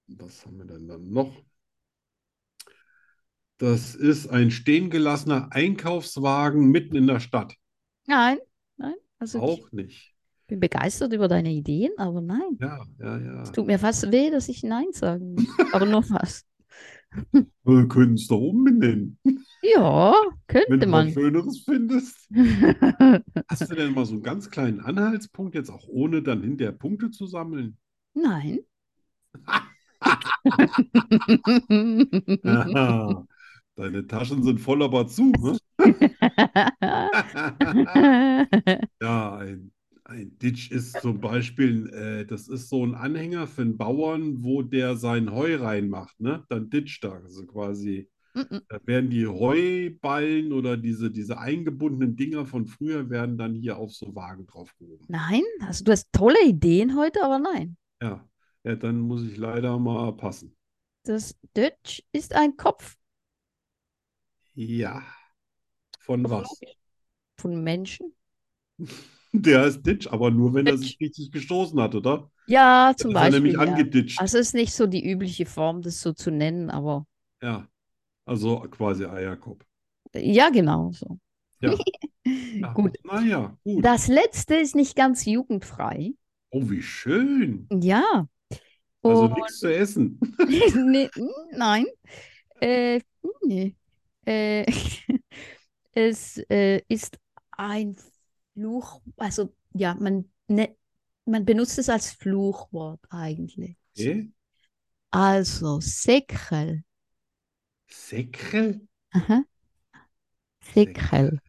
[SPEAKER 2] was haben wir denn dann noch? Das ist ein stehen gelassener Einkaufswagen mitten in der Stadt.
[SPEAKER 1] Nein, nein. Also ich
[SPEAKER 2] Auch nicht.
[SPEAKER 1] bin begeistert über deine Ideen, aber nein.
[SPEAKER 2] Ja, ja, ja.
[SPEAKER 1] Es tut mir fast weh, dass ich Nein sagen muss. Aber noch was.
[SPEAKER 2] Wir können es doch umbenennen,
[SPEAKER 1] Ja,
[SPEAKER 2] wenn
[SPEAKER 1] könnte
[SPEAKER 2] du was
[SPEAKER 1] man.
[SPEAKER 2] Schöneres findest. Hast du denn mal so einen ganz kleinen Anhaltspunkt, jetzt auch ohne dann hinterher Punkte zu sammeln?
[SPEAKER 1] Nein. Mhm.
[SPEAKER 2] Aha. Deine Taschen sind voll, aber zu. Ne? Ja, ein, ein Ditch ist zum Beispiel, äh, das ist so ein Anhänger für einen Bauern, wo der sein Heu reinmacht, ne? Dann ditcht da, also quasi.
[SPEAKER 1] Mhm.
[SPEAKER 2] Da werden die Heuballen oder diese, diese eingebundenen Dinger von früher werden dann hier auf so Wagen draufgehoben.
[SPEAKER 1] Nein, also du hast tolle Ideen heute, aber nein.
[SPEAKER 2] Ja, ja, dann muss ich leider mal passen.
[SPEAKER 1] Das Deutsch ist ein Kopf
[SPEAKER 2] Ja. Von was?
[SPEAKER 1] von Menschen.
[SPEAKER 2] Der ist Ditch, aber nur wenn er
[SPEAKER 1] Ditch.
[SPEAKER 2] sich richtig gestoßen hat, oder?
[SPEAKER 1] Ja, zum
[SPEAKER 2] Dann ist er nämlich
[SPEAKER 1] Beispiel. Ja.
[SPEAKER 2] angeditscht.
[SPEAKER 1] Also es ist nicht so die übliche Form, das so zu nennen, aber
[SPEAKER 2] Ja. Also quasi Eierkopf.
[SPEAKER 1] ja, genau so.
[SPEAKER 2] Ja. Ja.
[SPEAKER 1] Gut.
[SPEAKER 2] Naja, gut.
[SPEAKER 1] Das letzte ist nicht ganz jugendfrei.
[SPEAKER 2] Oh, wie schön.
[SPEAKER 1] Ja.
[SPEAKER 2] Also
[SPEAKER 1] Und
[SPEAKER 2] nichts zu essen.
[SPEAKER 1] nee, nein. Äh, nee. Äh, es äh, ist ein Fluch, also ja, man, ne, man benutzt es als Fluchwort eigentlich.
[SPEAKER 2] Okay.
[SPEAKER 1] Also Seckel.
[SPEAKER 2] Sekre?
[SPEAKER 1] Aha. Seckel.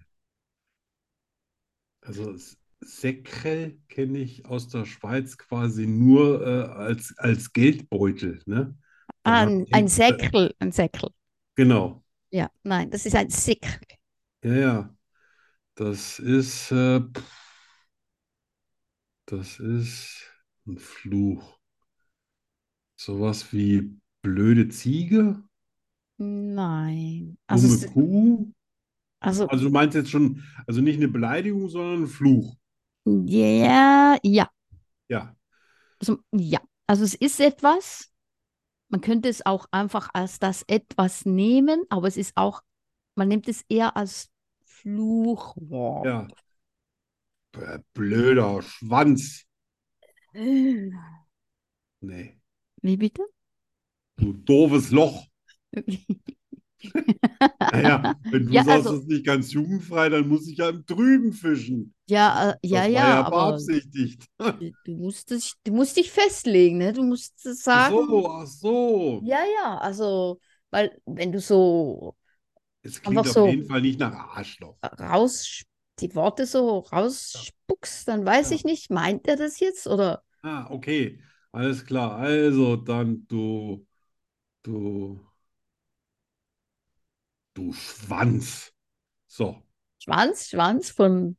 [SPEAKER 2] Also S- Sekre kenne ich aus der Schweiz quasi nur äh, als, als Geldbeutel, ne? Da
[SPEAKER 1] Ah,
[SPEAKER 2] hat
[SPEAKER 1] Ein,
[SPEAKER 2] man-
[SPEAKER 1] ein Säckel, ein Säckel.
[SPEAKER 2] Genau.
[SPEAKER 1] Ja, nein, das ist ein Sick.
[SPEAKER 2] Ja, ja. Das ist, äh, pff, das ist ein Fluch. Sowas wie blöde Ziege,
[SPEAKER 1] Nein. Also,
[SPEAKER 2] dumme
[SPEAKER 1] es-
[SPEAKER 2] Kuh.
[SPEAKER 1] also
[SPEAKER 2] Also du meinst jetzt schon, also nicht eine Beleidigung, sondern ein Fluch.
[SPEAKER 1] ja, ja.
[SPEAKER 2] Ja.
[SPEAKER 1] Also, ja, also es ist etwas, man könnte es auch einfach als das etwas nehmen, aber es ist auch, man nimmt es eher als Fluchwort.
[SPEAKER 2] Ja. B- Blöder Schwanz.
[SPEAKER 1] Äh,
[SPEAKER 2] Nee.
[SPEAKER 1] Wie bitte?
[SPEAKER 2] Du doofes Loch. Naja, wenn du
[SPEAKER 1] Ja,
[SPEAKER 2] sagst,
[SPEAKER 1] also-
[SPEAKER 2] es ist nicht ganz jugendfrei, dann muss ich ja im Trüben fischen.
[SPEAKER 1] Ja, äh, ja,
[SPEAKER 2] Das
[SPEAKER 1] ja,
[SPEAKER 2] war ja
[SPEAKER 1] aber
[SPEAKER 2] beabsichtigt.
[SPEAKER 1] du, du musst dich, du musst dich festlegen, ne? Du musst es
[SPEAKER 2] Ach
[SPEAKER 1] sagen.
[SPEAKER 2] so, ach so.
[SPEAKER 1] Ja, ja, also, weil wenn du so
[SPEAKER 2] Es klingt
[SPEAKER 1] Einfach
[SPEAKER 2] auf
[SPEAKER 1] so.
[SPEAKER 2] jeden Fall nicht nach Arschloch.
[SPEAKER 1] raus die Worte so rausspuckst, dann weiß
[SPEAKER 2] Ja.
[SPEAKER 1] ich nicht, meint er das jetzt oder
[SPEAKER 2] Ah, okay. Alles klar. Also dann du, du Du Schwanz. So.
[SPEAKER 1] Schwanz, Schwanz von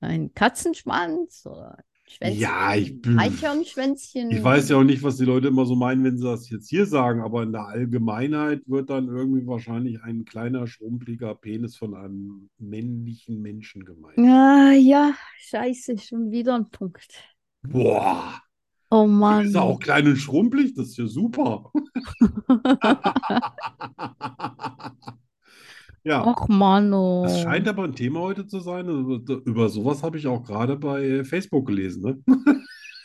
[SPEAKER 1] ein Katzenschwanz oder Schwänzchen,
[SPEAKER 2] Ja, ich bin.
[SPEAKER 1] Eichhörnschwänzchen.
[SPEAKER 2] Ich weiß ja auch nicht, was die Leute immer so meinen, wenn sie das jetzt hier sagen, aber in der Allgemeinheit wird dann irgendwie wahrscheinlich ein kleiner, schrumpeliger Penis von einem männlichen Menschen gemeint.
[SPEAKER 1] Ah, ja, scheiße, schon wieder ein Punkt.
[SPEAKER 2] Boah,
[SPEAKER 1] Oh
[SPEAKER 2] der
[SPEAKER 1] Mann.
[SPEAKER 2] ist ja auch klein und schrumpelig, das ist ja super. Ja,
[SPEAKER 1] Och Mann, oh.
[SPEAKER 2] das scheint aber ein Thema heute zu sein. Also, da- Über sowas habe ich auch gerade bei äh, Facebook gelesen, ne?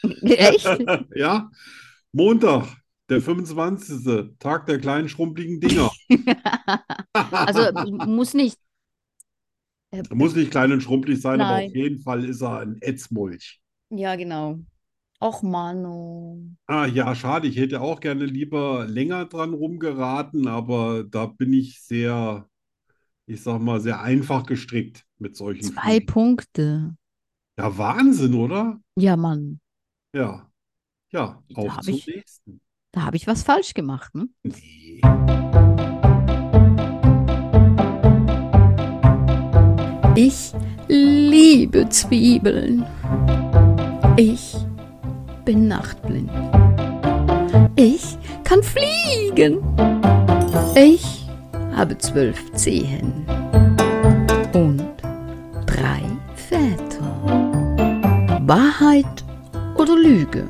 [SPEAKER 1] Echt?
[SPEAKER 2] Ja, Montag, der 25. Tag der kleinen, schrumpeligen Dinger.
[SPEAKER 1] Also muss nicht. Äh,
[SPEAKER 2] Muss nicht klein und schrumpelig sein, aber
[SPEAKER 1] Nein.
[SPEAKER 2] auf jeden Fall ist er ein Ätzmulch.
[SPEAKER 1] Ja, genau. Och Mann, oh.
[SPEAKER 2] Ah ja, schade, ich hätte auch gerne lieber länger dran rumgeraten, aber da bin ich sehr, ich sag mal, sehr einfach gestrickt mit solchen
[SPEAKER 1] Zwei
[SPEAKER 2] Flüchen.
[SPEAKER 1] Punkte.
[SPEAKER 2] Ja, Wahnsinn, oder?
[SPEAKER 1] Ja, Mann,
[SPEAKER 2] Ja, ja,
[SPEAKER 1] Da
[SPEAKER 2] auf
[SPEAKER 1] hab
[SPEAKER 2] zum
[SPEAKER 1] ich-
[SPEAKER 2] nächsten.
[SPEAKER 1] da habe ich was falsch gemacht. Hm?
[SPEAKER 2] Nee.
[SPEAKER 3] Ich liebe Zwiebeln. Ich bin nachtblind. Ich kann fliegen. Ich habe zwölf Zehen und drei Väter. Wahrheit oder Lüge?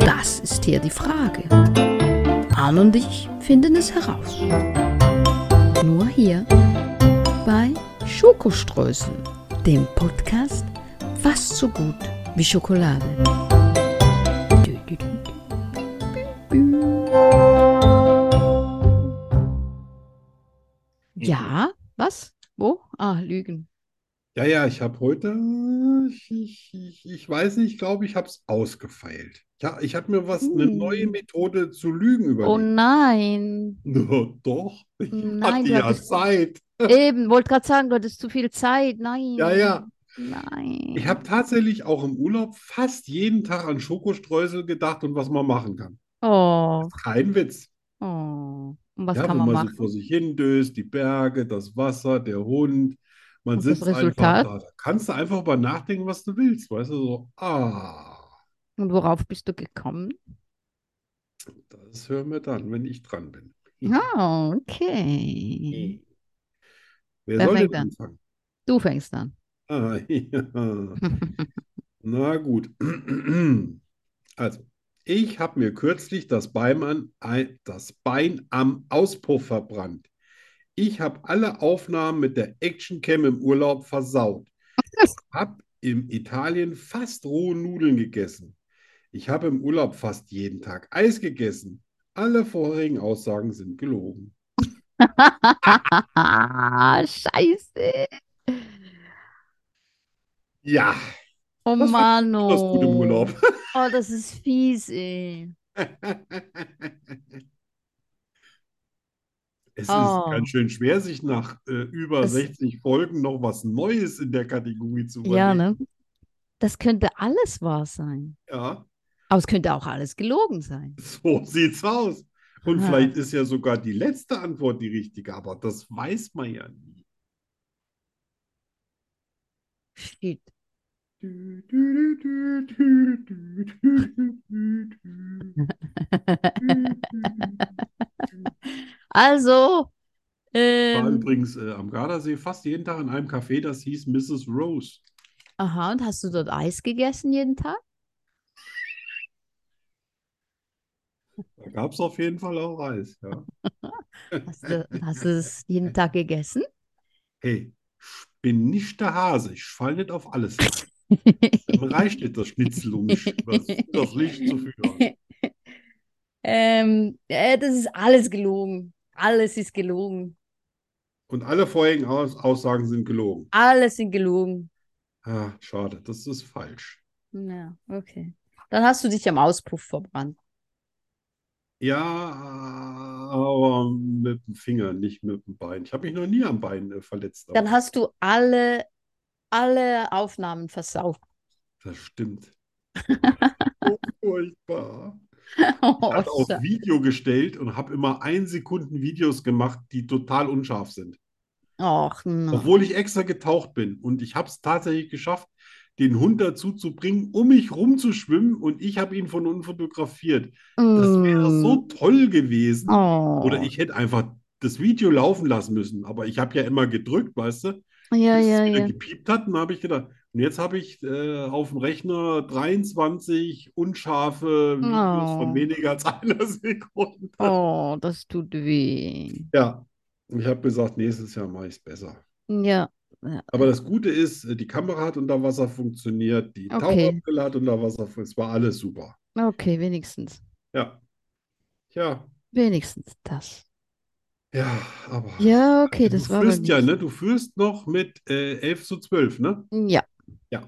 [SPEAKER 3] Das ist hier die Frage. Arne und ich finden es heraus. Nur hier bei Schokoströßen, dem Podcast fast so gut wie Schokolade.
[SPEAKER 1] Ja, was? Wo? Ah, Lügen.
[SPEAKER 2] Ja, ja, ich habe heute, ich, ich, ich, ich weiß nicht, ich glaube, ich habe es ausgefeilt. Ja, ich habe mir was, eine
[SPEAKER 1] Hm.
[SPEAKER 2] neue Methode zu lügen
[SPEAKER 1] Oh
[SPEAKER 2] überlegt.
[SPEAKER 1] nein.
[SPEAKER 2] Na, doch, ich
[SPEAKER 1] Nein,
[SPEAKER 2] hatte
[SPEAKER 1] du
[SPEAKER 2] ja
[SPEAKER 1] hattest-
[SPEAKER 2] Zeit.
[SPEAKER 1] Eben, wollte gerade sagen, du hattest zu viel Zeit. Nein.
[SPEAKER 2] Ja, ja.
[SPEAKER 1] Nein.
[SPEAKER 2] Ich habe tatsächlich auch im Urlaub fast jeden Tag an Schokostreusel gedacht und was man machen kann.
[SPEAKER 1] Oh,
[SPEAKER 2] Kein Witz.
[SPEAKER 1] oh. Und was
[SPEAKER 2] Ja,
[SPEAKER 1] kann
[SPEAKER 2] wenn
[SPEAKER 1] man
[SPEAKER 2] man so
[SPEAKER 1] machen?
[SPEAKER 2] vor sich hin döst, die Berge, das Wasser, der Hund. Man
[SPEAKER 1] Und das
[SPEAKER 2] sitzt einfach
[SPEAKER 1] Resultat?
[SPEAKER 2] da. Da kannst du einfach über nachdenken, was du willst. Weißt du, so, ah,
[SPEAKER 1] Und worauf bist du gekommen?
[SPEAKER 2] das hören wir dann, wenn ich dran bin.
[SPEAKER 1] Ah,
[SPEAKER 2] Hm.
[SPEAKER 1] okay.
[SPEAKER 2] Wer
[SPEAKER 1] Wer
[SPEAKER 2] soll
[SPEAKER 1] fängt
[SPEAKER 2] denn
[SPEAKER 1] an?
[SPEAKER 2] anfangen?
[SPEAKER 1] Du fängst an.
[SPEAKER 2] Ah, ja. Na gut. Also, ich habe mir kürzlich das Bein, an, ein- das Bein am Auspuff verbrannt. Ich habe alle Aufnahmen mit der Actioncam im Urlaub versaut. Hab in Italien fast rohe Nudeln gegessen. Ich habe im Urlaub fast jeden Tag Eis gegessen. Alle vorherigen Aussagen sind gelogen.
[SPEAKER 1] Ah, Scheiße.
[SPEAKER 2] Ja,
[SPEAKER 1] Oh
[SPEAKER 2] Das war-
[SPEAKER 1] Mann,
[SPEAKER 2] das ist gut im
[SPEAKER 1] oh.
[SPEAKER 2] Urlaub.
[SPEAKER 1] Oh, das ist fies, ey.
[SPEAKER 2] Es
[SPEAKER 1] Oh.
[SPEAKER 2] ist ganz schön schwer, sich nach äh, über
[SPEAKER 1] Das-
[SPEAKER 2] 60 Folgen noch was Neues in der Kategorie zu
[SPEAKER 1] Ja,
[SPEAKER 2] überlegen.
[SPEAKER 1] ne? Das könnte alles wahr sein.
[SPEAKER 2] Ja,
[SPEAKER 1] Aber es könnte auch alles gelogen sein.
[SPEAKER 2] so sieht's aus. Und
[SPEAKER 1] Ah.
[SPEAKER 2] vielleicht ist ja sogar die letzte Antwort die richtige, aber das weiß man ja nie.
[SPEAKER 1] Shit. Also,
[SPEAKER 2] War
[SPEAKER 1] ähm,
[SPEAKER 2] übrigens äh, am Gardasee fast jeden Tag in einem Café, das hieß Mrs. Rose.
[SPEAKER 1] aha, und hast du dort Eis gegessen jeden Tag?
[SPEAKER 2] Da gab es auf jeden Fall auch Eis. Ja.
[SPEAKER 1] Hast du, hast du es jeden Tag gegessen?
[SPEAKER 2] Hey, ich bin nicht der Hase, ich fall nicht auf alles. rein. Mir reicht nicht das Schnitzel, um mich übers- das Licht zu führen.
[SPEAKER 1] Ähm, äh, das ist alles gelogen. Alles ist gelogen.
[SPEAKER 2] Und alle vorherigen Aus Aussagen sind gelogen.
[SPEAKER 1] Alles sind gelogen.
[SPEAKER 2] Ah, schade, das ist falsch.
[SPEAKER 1] Ja, okay. Dann hast du dich am Auspuff verbrannt.
[SPEAKER 2] Ja, aber mit dem Finger, nicht mit dem Bein. Ich habe mich noch nie am Bein äh, verletzt.
[SPEAKER 1] Dann
[SPEAKER 2] aber
[SPEAKER 1] hast du alle, alle Aufnahmen versaut.
[SPEAKER 2] das stimmt. So furchtbar.
[SPEAKER 1] Oh,
[SPEAKER 2] Hat auf
[SPEAKER 1] Scha-
[SPEAKER 2] Video gestellt und habe immer ein Sekunden Videos gemacht, die total unscharf sind.
[SPEAKER 1] Och, na.
[SPEAKER 2] Obwohl ich extra getaucht bin und ich habe es tatsächlich geschafft, den Hund dazu zu bringen, um mich rumzuschwimmen und ich habe ihn von unten fotografiert. Das wäre
[SPEAKER 1] Mm.
[SPEAKER 2] so toll gewesen.
[SPEAKER 1] Oh.
[SPEAKER 2] Oder ich hätte einfach das Video laufen lassen müssen, aber ich habe ja immer gedrückt, weißt du,
[SPEAKER 1] Ja,
[SPEAKER 2] bis es
[SPEAKER 1] ja,
[SPEAKER 2] wieder
[SPEAKER 1] ja.
[SPEAKER 2] gepiept hat, und dann habe ich gedacht, und jetzt habe ich äh, auf dem Rechner 23 unscharfe Videos
[SPEAKER 1] Oh.
[SPEAKER 2] von weniger als einer Sekunde.
[SPEAKER 1] Oh, das tut weh.
[SPEAKER 2] Ja, ich habe gesagt, nächstes Jahr mache ich es besser.
[SPEAKER 1] Ja.
[SPEAKER 2] Aber das Gute ist, äh, die Kamera hat unter Wasser funktioniert, die
[SPEAKER 1] Okay.
[SPEAKER 2] Taucherbrille hat unter Wasser funktioniert, es war alles super.
[SPEAKER 1] Okay, wenigstens.
[SPEAKER 2] Ja. Ja,
[SPEAKER 1] Wenigstens das.
[SPEAKER 2] ja, aber
[SPEAKER 1] Ja, okay,
[SPEAKER 2] du
[SPEAKER 1] das war aber
[SPEAKER 2] führst ja,
[SPEAKER 1] nicht-
[SPEAKER 2] ne? Du führst noch mit äh, 11 zu 12, ne? genau.
[SPEAKER 1] Ja,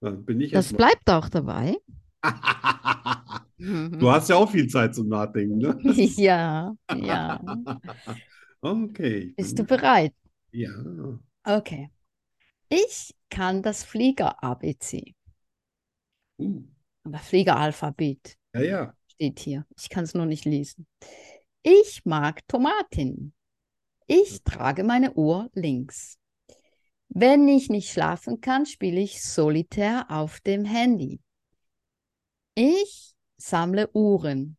[SPEAKER 2] Dann bin ich
[SPEAKER 1] das
[SPEAKER 2] jetzt
[SPEAKER 1] bleibt auch dabei.
[SPEAKER 2] mal. Du hast ja auch viel Zeit zum Nachdenken, ne?
[SPEAKER 1] Ja, ja.
[SPEAKER 2] Okay. ich
[SPEAKER 1] Bist du
[SPEAKER 2] bin-
[SPEAKER 1] bereit?
[SPEAKER 2] Ja.
[SPEAKER 1] Okay. Ich kann das Flieger-ABC
[SPEAKER 2] Uh,
[SPEAKER 1] oder Fliegeralphabet
[SPEAKER 2] ja, ja.
[SPEAKER 1] steht hier. Ich kann es nur nicht lesen. Ich mag Tomaten.
[SPEAKER 2] Hm.
[SPEAKER 1] Ich trage meine Uhr links. Wenn ich nicht schlafen kann, spiele ich solitär auf dem Handy. Ich sammle Uhren.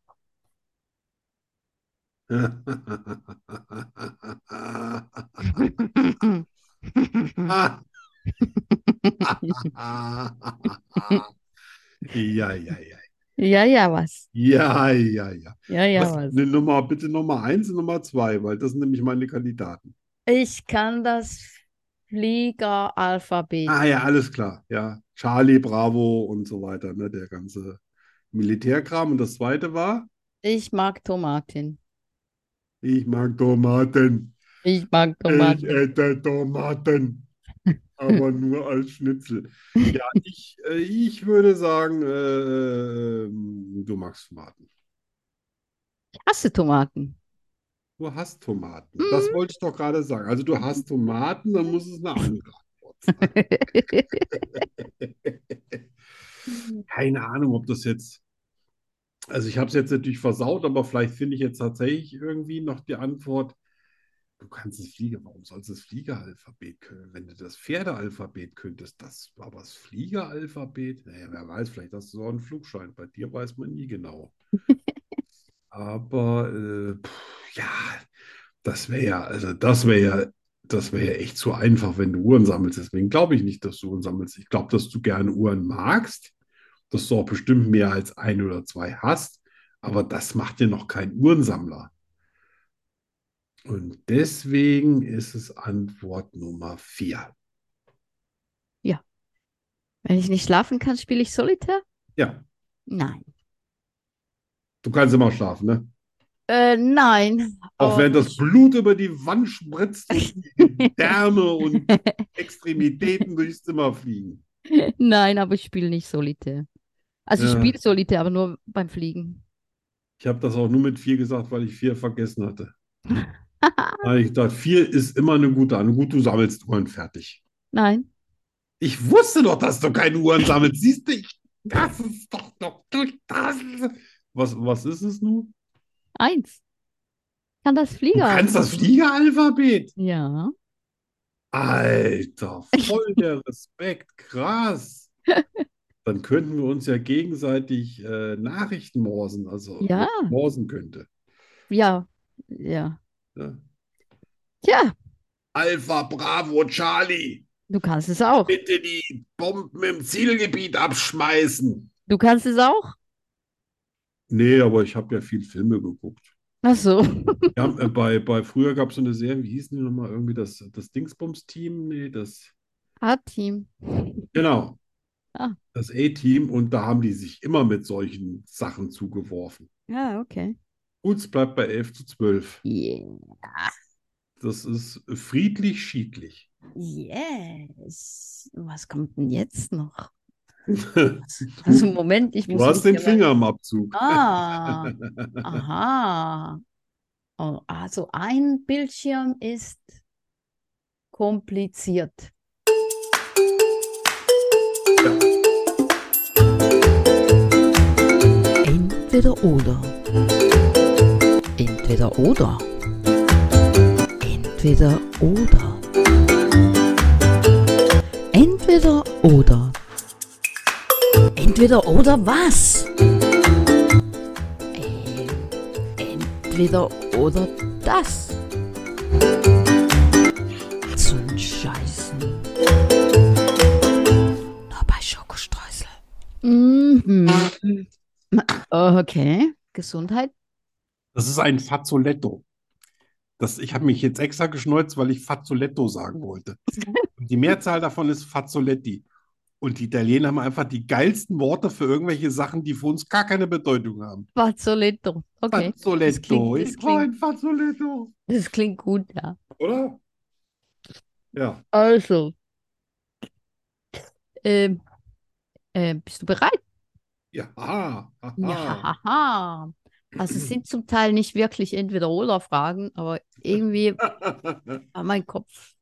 [SPEAKER 2] Ja, ja, ja.
[SPEAKER 1] Ja, ja, was?
[SPEAKER 2] Ja, ja, ja.
[SPEAKER 1] Ja, ja,
[SPEAKER 2] Was, eine Nummer, bitte Nummer eins und Nummer zwei, weil das sind nämlich meine Kandidaten.
[SPEAKER 1] Ich kann das Fliegeralphabet.
[SPEAKER 2] Ah ja, alles klar. Ja, Charlie, Bravo und so weiter, ne, der ganze Militärkram. Und das zweite war,
[SPEAKER 1] Ich mag Tomaten.
[SPEAKER 2] ich mag Tomaten.
[SPEAKER 1] Ich mag
[SPEAKER 2] Ich äh,
[SPEAKER 1] Tomaten.
[SPEAKER 2] esse Tomaten, aber nur als Schnitzel. Ja, ich, äh, ich würde sagen, äh, ähm, du magst Tomaten.
[SPEAKER 1] Ich hasse Tomaten.
[SPEAKER 2] Du hast Tomaten. Das wollte ich doch gerade sagen. Also du hast Tomaten, dann muss es eine andere Antwort sein. Keine Ahnung, ob das jetzt. Also ich habe es jetzt natürlich versaut, aber vielleicht finde ich jetzt tatsächlich irgendwie noch die Antwort. Du kannst es Flieger. Warum sollst du das Fliegeralphabet können? Wenn du das Pferdealphabet könntest, das war das Fliegeralphabet. Naja, wer weiß, vielleicht hast du auch einen Flugschein. Bei dir weiß man nie genau. Aber äh, pff, ja, das wäre ja, also das wäre ja, das wäre ja echt zu einfach, wenn du Uhren sammelst. Deswegen glaube ich nicht, dass du Uhren sammelst. Ich glaube, dass du gerne Uhren magst, dass du auch bestimmt mehr als ein oder zwei hast, aber das macht dir noch keinen Uhrensammler. Und deswegen ist es Antwort Nummer vier.
[SPEAKER 1] Wenn ich nicht schlafen kann, spiele ich Solitär?
[SPEAKER 2] Ja,
[SPEAKER 1] Nein.
[SPEAKER 2] du kannst immer schlafen, ne?
[SPEAKER 1] Äh, nein. Oh.
[SPEAKER 2] Auch
[SPEAKER 1] Aber
[SPEAKER 2] wenn das Blut über die Wand spritzt und die Därme und Extremitäten durchs Zimmer fliegen.
[SPEAKER 1] Nein, aber ich spiele nicht Solitär. Also ich
[SPEAKER 2] Ja.
[SPEAKER 1] spiele Solitär, aber nur beim Fliegen.
[SPEAKER 2] Ich habe das auch nur mit vier gesagt, weil ich vier vergessen hatte. Weil ich dachte, vier ist immer eine gute Ahnung. Gut, du sammelst Uhren fertig.
[SPEAKER 1] Nein.
[SPEAKER 2] Ich wusste doch, dass du keine Uhren sammelst. Siehst du, ich, das ist doch noch durch das. Was, was ist es nun?
[SPEAKER 1] Eins. Ich kann das
[SPEAKER 2] Du
[SPEAKER 1] Flieger.
[SPEAKER 2] kannst das Fliegeralphabet.
[SPEAKER 1] Ja.
[SPEAKER 2] Alter, voll der Respekt. Krass. Dann könnten wir uns ja gegenseitig äh, Nachrichten morsen, also
[SPEAKER 1] Ja.
[SPEAKER 2] morsen könnte.
[SPEAKER 1] Ja. Ja.
[SPEAKER 2] Ne?
[SPEAKER 1] Tja,
[SPEAKER 2] Alpha, Bravo, Charlie.
[SPEAKER 1] du kannst es auch.
[SPEAKER 2] Bitte die Bomben im Zielgebiet abschmeißen.
[SPEAKER 1] Du kannst es auch.
[SPEAKER 2] Nee, aber ich habe ja viel Filme geguckt.
[SPEAKER 1] Ach so.
[SPEAKER 2] Wir haben, äh, bei, bei früher gab es so eine Serie, wie hießen die nochmal? Irgendwie das, das Dingsbums-Team? Nee, das.
[SPEAKER 1] A-Team.
[SPEAKER 2] Genau.
[SPEAKER 1] Ah.
[SPEAKER 2] Das A-Team und da haben die sich immer mit solchen Sachen zugeworfen.
[SPEAKER 1] Ja, okay.
[SPEAKER 2] Gut, es bleibt bei 11 zu 12.
[SPEAKER 1] Yeah.
[SPEAKER 2] Das ist friedlich schiedlich.
[SPEAKER 1] Yes. Was kommt denn jetzt noch?
[SPEAKER 2] Du
[SPEAKER 1] Also Moment, ich muss
[SPEAKER 2] hast
[SPEAKER 1] mich
[SPEAKER 2] den
[SPEAKER 1] hier mal-
[SPEAKER 2] Finger am Abzug.
[SPEAKER 1] Ah, aha. Oh, also ein Bildschirm ist kompliziert.
[SPEAKER 3] Entweder oder. Entweder oder. Entweder oder. Entweder oder. Entweder oder was? Ähm, Entweder oder das. So ein Scheißen. Nur bei Schokostreusel.
[SPEAKER 1] Mhm. Okay, Gesundheit.
[SPEAKER 2] Das ist ein Fazzoletto. Das, ich habe mich jetzt extra geschneuzt, weil ich Fazzoletto sagen wollte. Und die Mehrzahl davon ist Fazzoletti. Und die Italiener haben einfach die geilsten Worte für irgendwelche Sachen, die für uns gar keine Bedeutung haben.
[SPEAKER 1] Fazzoletto. Okay. Das
[SPEAKER 2] Fazzoletto.
[SPEAKER 1] klingt, das,
[SPEAKER 2] Ich brauche
[SPEAKER 1] klingt,
[SPEAKER 2] ein Fazzoletto.
[SPEAKER 1] das klingt gut, ja.
[SPEAKER 2] Oder? Ja.
[SPEAKER 1] Also. Ähm, äh, bist du bereit?
[SPEAKER 2] Ja. Aha.
[SPEAKER 1] Ah.
[SPEAKER 2] Aha.
[SPEAKER 1] Ja, haha. Also es sind zum Teil nicht wirklich Entweder-Oder-Fragen, aber irgendwie war Ah, mein Kopf,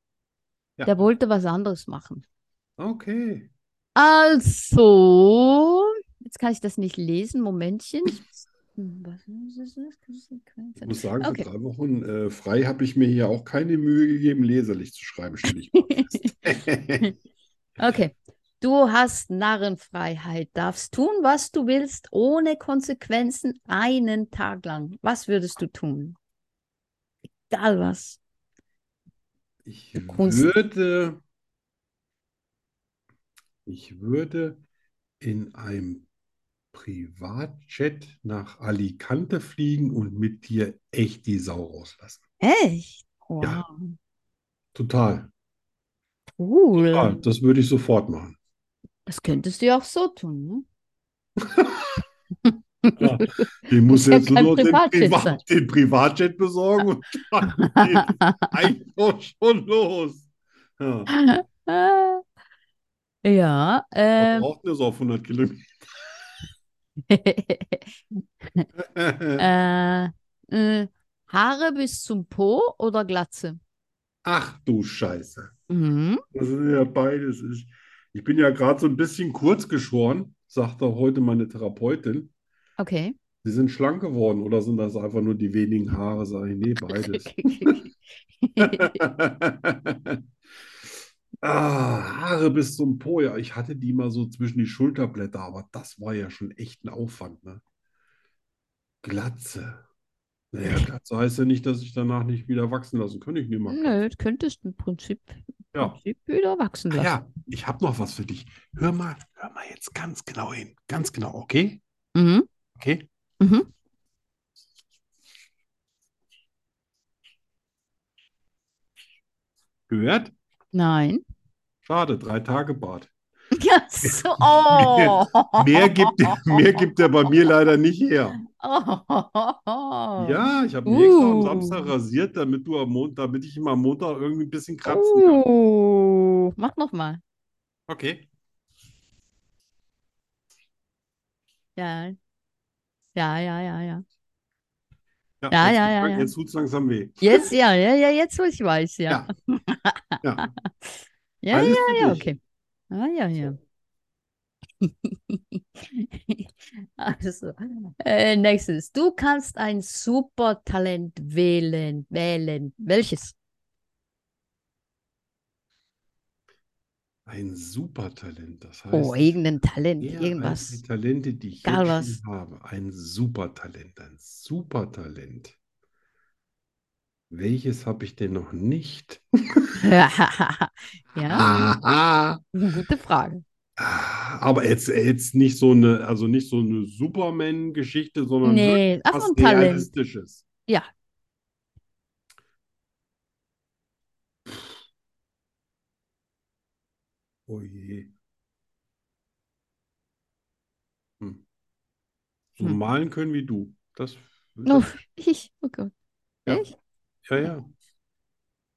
[SPEAKER 2] Ja.
[SPEAKER 1] der wollte was anderes machen.
[SPEAKER 2] okay.
[SPEAKER 1] Also, jetzt kann ich das nicht lesen, Momentchen. Ich muss- Hm, Was ist
[SPEAKER 2] Ich
[SPEAKER 1] das?
[SPEAKER 2] muss sagen,
[SPEAKER 1] Okay.
[SPEAKER 2] für drei Wochen äh, frei habe ich mir hier auch keine Mühe gegeben, leserlich zu schreiben, stelle ich mal fest.
[SPEAKER 1] Okay. Du hast Narrenfreiheit, darfst tun, was du willst, ohne Konsequenzen, einen Tag lang. Was würdest du tun? Egal was.
[SPEAKER 2] Ich
[SPEAKER 1] Du Kunst.
[SPEAKER 2] würde, ich würde in einem Privatjet nach Alicante fliegen und mit dir echt die Sau rauslassen.
[SPEAKER 1] Echt? Wow.
[SPEAKER 2] Ja. Total.
[SPEAKER 1] Cool.
[SPEAKER 2] Ja, das würde ich sofort machen.
[SPEAKER 1] Das könntest du ja auch so tun, ne?
[SPEAKER 2] Ja. Ich muss
[SPEAKER 1] ja
[SPEAKER 2] jetzt
[SPEAKER 1] kein
[SPEAKER 2] nur den
[SPEAKER 1] Privatjet
[SPEAKER 2] Privat-
[SPEAKER 1] sein.
[SPEAKER 2] den Privatjet besorgen und dann geht's
[SPEAKER 1] ne?
[SPEAKER 2] eigentlich auch schon los. Ja.
[SPEAKER 1] Ah. ja,
[SPEAKER 2] Man
[SPEAKER 1] ähm,
[SPEAKER 2] braucht das auf 100 Kilometer.
[SPEAKER 1] äh, äh, Haare bis zum Po oder Glatze?
[SPEAKER 2] Ach du Scheiße.
[SPEAKER 1] Mhm.
[SPEAKER 2] Das sind ja beides. Ich, ich bin ja gerade so ein bisschen kurz geschoren, sagte heute meine Therapeutin.
[SPEAKER 1] Okay.
[SPEAKER 2] Sie sind schlank geworden oder sind das einfach nur die wenigen Haare? Sag ich, nee, beides. Ah, Haare bis zum Po. Ja, ich hatte die mal so zwischen die Schulterblätter, aber das war ja schon echt ein Aufwand, ne? Glatze. Naja, Glatze heißt ja nicht, dass ich danach nicht wieder wachsen lassen kann. Ich nehme mal Glatze.
[SPEAKER 1] Nö, das könntest du im Prinzip,
[SPEAKER 2] Ja.
[SPEAKER 1] Prinzip wieder wachsen
[SPEAKER 2] Ah
[SPEAKER 1] lassen.
[SPEAKER 2] ja, ich habe noch was für dich. Hör mal, hör mal jetzt ganz genau hin. Ganz genau, okay?
[SPEAKER 1] Mhm.
[SPEAKER 2] Okay?
[SPEAKER 1] Mhm.
[SPEAKER 2] Gehört?
[SPEAKER 1] Nein.
[SPEAKER 2] Schade, drei Tage Bart.
[SPEAKER 1] Ja, so, oh.
[SPEAKER 2] Mehr gibt, mehr gibt er bei mir leider nicht her.
[SPEAKER 1] Oh.
[SPEAKER 2] Ja, ich habe mich extra am
[SPEAKER 1] Uh.
[SPEAKER 2] Samstag rasiert, damit du am Montag, damit ich immer am Montag irgendwie ein bisschen kratzen kann.
[SPEAKER 1] Uh, mach nochmal.
[SPEAKER 2] Okay.
[SPEAKER 1] Ja. Ja, ja, ja, ja. Ja,
[SPEAKER 2] jetzt,
[SPEAKER 1] ja, ja, ja.
[SPEAKER 2] Jetzt tut's langsam weh.
[SPEAKER 1] Jetzt, ja, ja, ja, jetzt, wo ich weiß, ja.
[SPEAKER 2] Ja, Also,
[SPEAKER 1] Ja, ja,
[SPEAKER 2] alles für
[SPEAKER 1] ja,
[SPEAKER 2] dich.
[SPEAKER 1] okay. Ah, ja, ja. Also, äh, nächstes. Du kannst ein Supertalent wählen. Wählen. Welches?
[SPEAKER 2] Ein Supertalent, das
[SPEAKER 1] Oh,
[SPEAKER 2] heißt,
[SPEAKER 1] irgendein Talent,
[SPEAKER 2] mehr als die
[SPEAKER 1] irgendwas.
[SPEAKER 2] Talente, die ich
[SPEAKER 1] Egal
[SPEAKER 2] jetzt
[SPEAKER 1] was.
[SPEAKER 2] schon habe. Ein Supertalent, ein Supertalent. Welches habe ich denn noch nicht? Ah.
[SPEAKER 1] Ja,
[SPEAKER 2] Haha.
[SPEAKER 1] gute Frage.
[SPEAKER 2] Ah, Aber jetzt, jetzt nicht so eine, also nicht so eine Superman-Geschichte, sondern wirklich eh
[SPEAKER 1] Nee, ach,
[SPEAKER 2] was
[SPEAKER 1] ein Talent.
[SPEAKER 2] Realistisches.
[SPEAKER 1] Ja.
[SPEAKER 2] Oh je. Hm. So
[SPEAKER 1] Hm.
[SPEAKER 2] malen können wie du. Das,
[SPEAKER 1] Oh,
[SPEAKER 2] das,
[SPEAKER 1] ich, oh Gott.
[SPEAKER 2] Ja.
[SPEAKER 1] Ich?
[SPEAKER 2] ja, ja.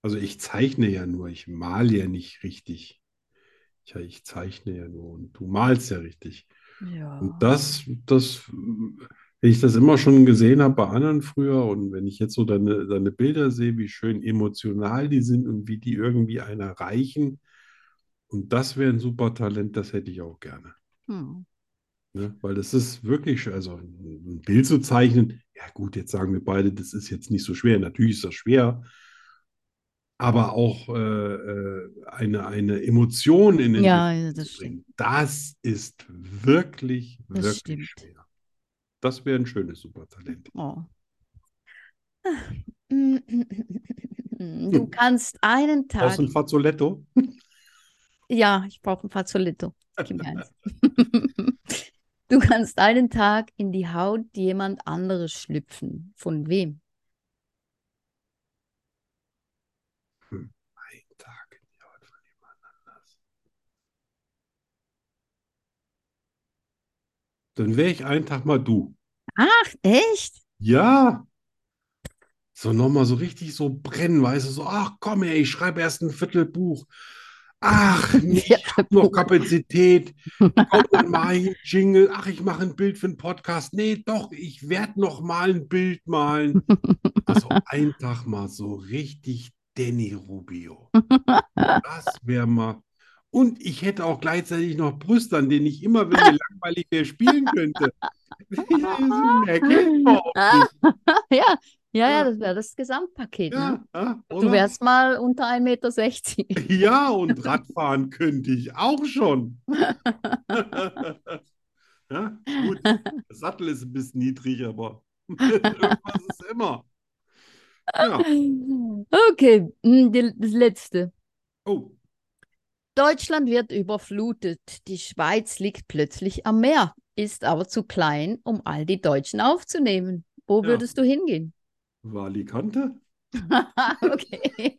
[SPEAKER 2] Also ich zeichne ja nur, ich male ja nicht richtig. Ich, ich zeichne ja nur und du malst ja richtig.
[SPEAKER 1] Ja.
[SPEAKER 2] Und das, das, wenn ich das immer schon gesehen habe bei anderen früher und wenn ich jetzt so deine, deine Bilder sehe, wie schön emotional die sind und wie die irgendwie einen erreichen. Und das wäre ein super Talent, das hätte ich auch gerne.
[SPEAKER 1] Hm.
[SPEAKER 2] Ne? Weil das ist wirklich, also ein Bild zu zeichnen, ja gut, jetzt sagen wir beide, das ist jetzt nicht so schwer. Natürlich ist das schwer, aber auch äh, eine, eine Emotion in den
[SPEAKER 1] Ja,
[SPEAKER 2] Bild
[SPEAKER 1] ja, das
[SPEAKER 2] zu
[SPEAKER 1] stimmt.
[SPEAKER 2] bringen. Das ist wirklich,
[SPEAKER 1] Das
[SPEAKER 2] wirklich
[SPEAKER 1] stimmt.
[SPEAKER 2] schwer. Das wäre ein schönes Supertalent.
[SPEAKER 1] Oh. Ah, mm, Du kannst einen
[SPEAKER 2] Aus
[SPEAKER 1] Tag.
[SPEAKER 2] dem Fazzoletto?
[SPEAKER 1] Ja, ich brauche ein Fazzoletto. Gib mir eins. Du kannst einen Tag in die Haut jemand anderes schlüpfen. Von wem?
[SPEAKER 2] Ein Tag in die Haut von jemand anders. Dann wäre ich einen Tag mal du.
[SPEAKER 1] Ach, echt?
[SPEAKER 2] Ja. So nochmal so richtig so brennen, weißt du, so, ach komm, ey, ich schreibe erst ein Viertelbuch. Ach, nee,
[SPEAKER 1] Ja,
[SPEAKER 2] ich habe noch Kapazität. Komm, dann mache ich einen Jingle. Ach, ich mache ein Bild für einen Podcast. Nee, doch, ich werde noch mal ein Bild malen. Also einen Tag mal so richtig Danny Rubio. Das wäre mal. Und ich hätte auch gleichzeitig noch Brüste, an denen ich immer, wenn mir langweilig wäre, spielen könnte. Das erkennt man auch nicht.
[SPEAKER 1] Ah, ja, ja, ja,
[SPEAKER 2] Ja.
[SPEAKER 1] das wäre das Gesamtpaket, ne?
[SPEAKER 2] Ja, ja,
[SPEAKER 1] Du
[SPEAKER 2] oder?
[SPEAKER 1] wärst mal unter 1,60 Meter.
[SPEAKER 2] Ja, und Radfahren könnte ich auch schon. ja, gut, der Sattel ist ein bisschen niedrig, aber irgendwas ist immer. Ja,
[SPEAKER 1] Okay, mm, die, das letzte.
[SPEAKER 2] oh,
[SPEAKER 1] Deutschland wird überflutet. Die Schweiz liegt plötzlich am Meer, ist aber zu klein, um all die Deutschen aufzunehmen. Wo
[SPEAKER 2] Ja.
[SPEAKER 1] würdest du hingehen?
[SPEAKER 2] war Alicante?
[SPEAKER 1] okay.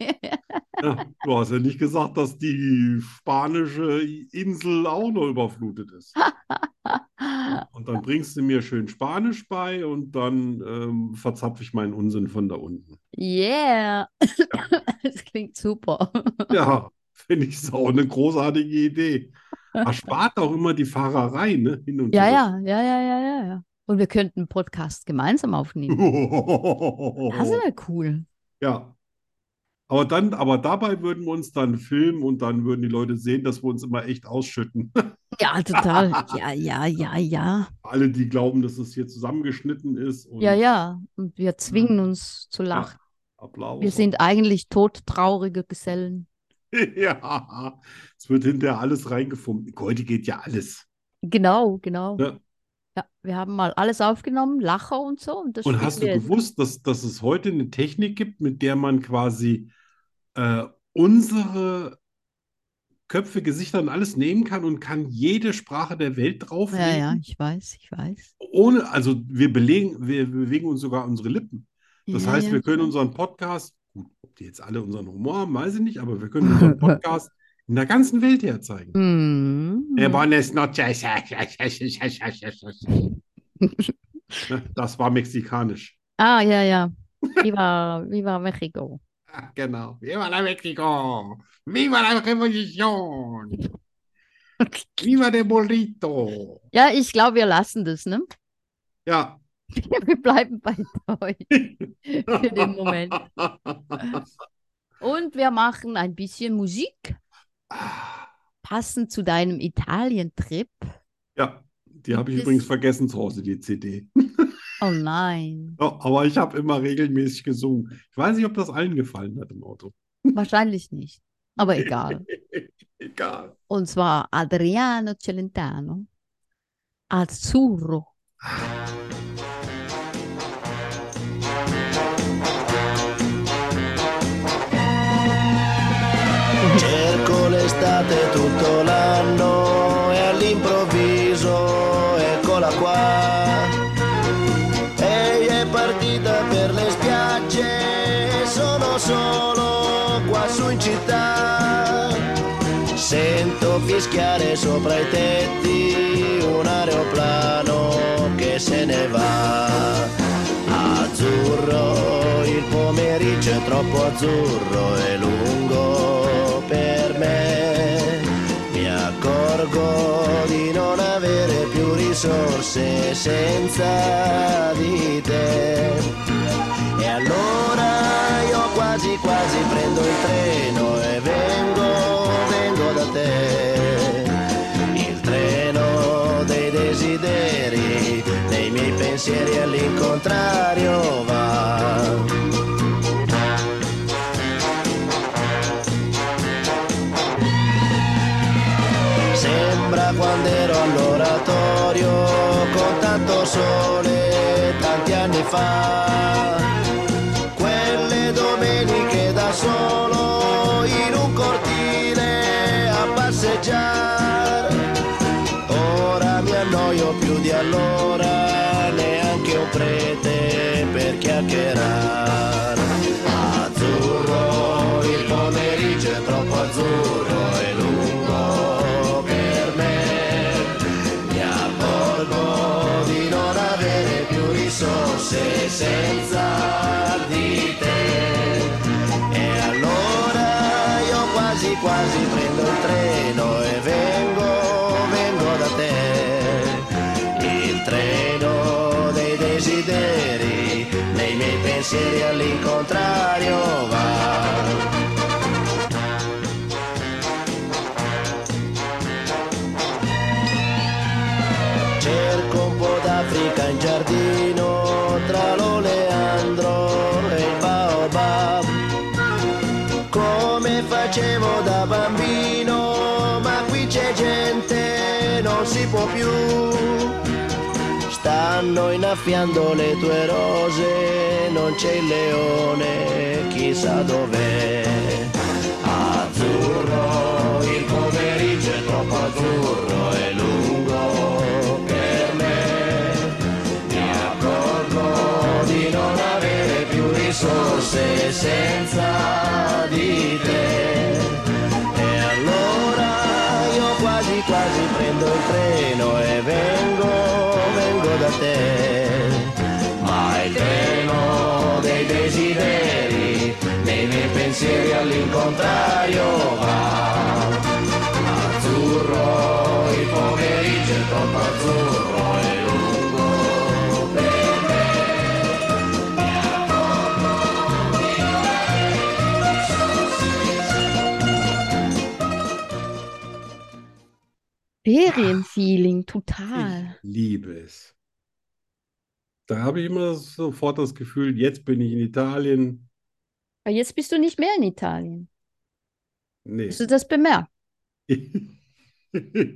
[SPEAKER 2] Ja, du hast ja nicht gesagt, dass die spanische Insel auch noch überflutet ist. Und dann bringst du mir schön Spanisch bei und dann ähm, verzapfe ich meinen Unsinn von da unten.
[SPEAKER 1] Yeah. Das klingt super.
[SPEAKER 2] Ja, finde ich auch eine großartige Idee. Erspart auch immer die Fahrerei, ne? Hin und
[SPEAKER 1] Ja,
[SPEAKER 2] zurück.
[SPEAKER 1] ja, ja, ja, ja, ja, ja. Und wir könnten einen Podcast gemeinsam aufnehmen.
[SPEAKER 2] Oh.
[SPEAKER 1] Das wäre cool.
[SPEAKER 2] Ja. Aber dann, aber dabei würden wir uns dann filmen und dann würden die Leute sehen, dass wir uns immer echt ausschütten.
[SPEAKER 1] Ja, total. Ja, ja, ja, ja.
[SPEAKER 2] Alle, die glauben, dass es hier zusammengeschnitten ist und
[SPEAKER 1] Ja, ja. Und wir zwingen uns zu lachen.
[SPEAKER 2] Applaus.
[SPEAKER 1] Wir sind eigentlich todtraurige Gesellen.
[SPEAKER 2] Ja, es wird hinterher alles reingefunden. Heute geht ja alles.
[SPEAKER 1] Genau, genau.
[SPEAKER 2] Ja.
[SPEAKER 1] Ja, wir haben mal alles aufgenommen, Lacher und so. Und das
[SPEAKER 2] Und
[SPEAKER 1] spielen
[SPEAKER 2] hast du
[SPEAKER 1] wir jetzt.
[SPEAKER 2] gewusst, dass, dass es heute eine Technik gibt, mit der man quasi äh, unsere Köpfe, Gesichter und alles nehmen kann und kann jede Sprache der Welt
[SPEAKER 1] Ja, ja,
[SPEAKER 2] drauflegen?
[SPEAKER 1] ich weiß, ich weiß.
[SPEAKER 2] Ohne, also wir belegen, wir bewegen uns sogar unsere Lippen. Das
[SPEAKER 1] ja,
[SPEAKER 2] heißt,
[SPEAKER 1] ja,
[SPEAKER 2] wir
[SPEAKER 1] ich
[SPEAKER 2] können
[SPEAKER 1] weiß.
[SPEAKER 2] unseren Podcast, gut, ob die jetzt alle unseren Humor haben, weiß ich nicht, aber wir können unseren Podcast in der ganzen Welt herzeigen.
[SPEAKER 1] Mhm.
[SPEAKER 2] Eh, buenas noches. Ne, Das war mexikanisch.
[SPEAKER 1] Ah, ja, ja. Viva, viva Mexico.
[SPEAKER 2] Ah, Genau. Viva la México! Viva la Revolution! Viva de Burrito!
[SPEAKER 1] Ja, ich glaube, wir lassen das, ne?
[SPEAKER 2] Ja.
[SPEAKER 1] Wir bleiben bei Deutsch für den Moment. Und wir machen ein bisschen Musik, passend zu deinem Italien-Trip.
[SPEAKER 2] Ja, die habe ich
[SPEAKER 1] Gibt es-
[SPEAKER 2] übrigens vergessen zu Hause, die CD.
[SPEAKER 1] Oh nein.
[SPEAKER 2] Ja, aber ich habe immer regelmäßig gesungen. Ich weiß nicht, ob das allen gefallen hat im Auto.
[SPEAKER 1] Wahrscheinlich nicht. Aber egal.
[SPEAKER 2] Egal.
[SPEAKER 1] Und zwar Adriano Celentano. Azzurro.
[SPEAKER 4] Cerco l'estate tutto l'anno e all'improvviso eccola qua. Ehi è partita per le spiagge e sono solo qua su in città. Sento fischiare sopra i tetti un aeroplano che se ne va. Azzurro, il pomeriggio è troppo azzurro e lungo per me. Mi accorgo di non avere più risorse senza di te. E allora io quasi quasi prendo il treno e vengo, vengo da te. Il treno dei desideri pensieri all'incontrario va. Sembra quando ero all'oratorio con tanto sole tanti anni fa. Quelle domeniche da solo in un cortile a passeggiare. Ora mi annoio più di allora, neanche un prete per chiacchierare. Azzurro, il pomeriggio è troppo azzurro e lungo per me. Mi accorgo di non avere più risorse senza di te. E allora io quasi quasi prendo il treno e vengo, vengo da te. Il treno dei desideri, nei miei pensieri all'incontrario va. Cerco un po' d'Africa in giardino tra l'oleandro e il baobab. Come facevo da bambino, ma qui c'è gente, non si può più. Stanno innaffiando le tue rose, non c'è il leone, chissà dov'è. Azzurro, il pomeriggio è troppo azzurro e lungo per me. Mi accorgo di non avere più risorse senza di te. E allora io quasi quasi prendo il treno e vengo, vengo da te. Ma il treno dei desideri, nei miei pensieri all'incontrario va. Azzurro, il pomeriggio è troppo azzurro e lungo per me.
[SPEAKER 1] Ferienfeeling, total.
[SPEAKER 2] Ich liebe es. Da habe ich immer sofort das Gefühl, jetzt bin ich in Italien.
[SPEAKER 1] Aber Ah, jetzt bist du nicht mehr in Italien.
[SPEAKER 2] Nee.
[SPEAKER 1] Hast du das bemerkt?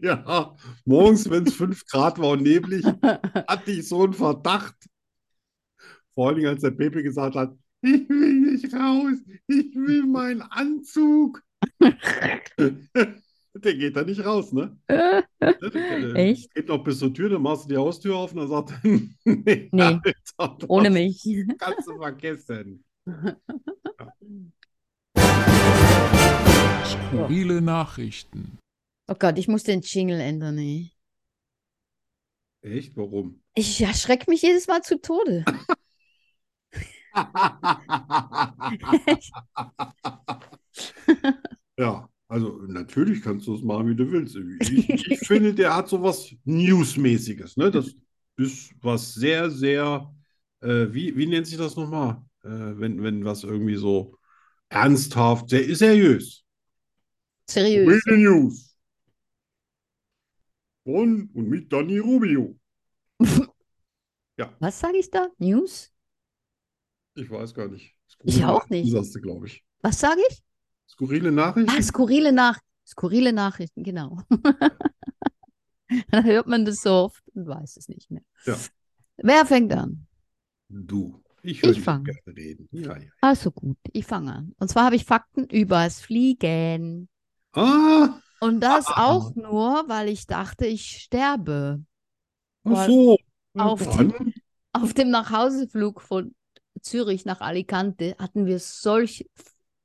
[SPEAKER 2] Ja, morgens, wenn es 5 Grad war und neblig, hatte ich so einen Verdacht. Vor allen Dingen, als der Pepe gesagt hat, ich will nicht raus, ich will meinen Anzug. Der geht da nicht raus, ne?
[SPEAKER 1] Äh?
[SPEAKER 2] Der-
[SPEAKER 1] Echt?
[SPEAKER 2] Geht noch bis zur Tür, dann machst du die Haustür auf und dann sagt er, nee,
[SPEAKER 1] Nee,
[SPEAKER 2] Alter, das
[SPEAKER 1] Ohne mich.
[SPEAKER 2] kannst du vergessen.
[SPEAKER 5] Skurrile Nachrichten.
[SPEAKER 1] Oh Gott, ich muss den Jingle ändern, ey.
[SPEAKER 2] Echt? Warum?
[SPEAKER 1] Ich erschrecke mich jedes Mal zu Tode.
[SPEAKER 2] Ja, also natürlich kannst du es machen, wie du willst. Ich, ich finde, der hat so was Newsmäßiges, ne? Das ist was sehr, sehr, äh, wie, wie nennt sich das nochmal? Äh, wenn, wenn was irgendwie so ernsthaft, sehr seriös.
[SPEAKER 1] Seriös.
[SPEAKER 2] Real News. Von und mit Danny Rubio.
[SPEAKER 1] Was sage ich da? News?
[SPEAKER 2] Ich weiß gar nicht.
[SPEAKER 1] Ich auch
[SPEAKER 2] Skurrile
[SPEAKER 1] nicht.
[SPEAKER 2] Sagst du, glaube ich.
[SPEAKER 1] Was sage ich?
[SPEAKER 2] Skurrile Nachrichten?
[SPEAKER 1] Ah, skurrile Nach skurrile Nachrichten, genau. Dann hört man das so oft und weiß es nicht mehr.
[SPEAKER 2] Ja.
[SPEAKER 1] Wer fängt an?
[SPEAKER 2] Du. Ich höre
[SPEAKER 1] Ich
[SPEAKER 2] dich
[SPEAKER 1] fang.
[SPEAKER 2] gerne reden. Ja, ja.
[SPEAKER 1] Also gut, ich fange an. Und zwar habe ich Fakten übers Fliegen.
[SPEAKER 2] Ah,
[SPEAKER 1] Und das auch nur, weil ich dachte, ich sterbe.
[SPEAKER 2] ach
[SPEAKER 1] Weil
[SPEAKER 2] so. Na
[SPEAKER 1] auf
[SPEAKER 2] dann.
[SPEAKER 1] Auf dem Nachhauseflug von Zürich nach Alicante hatten wir solch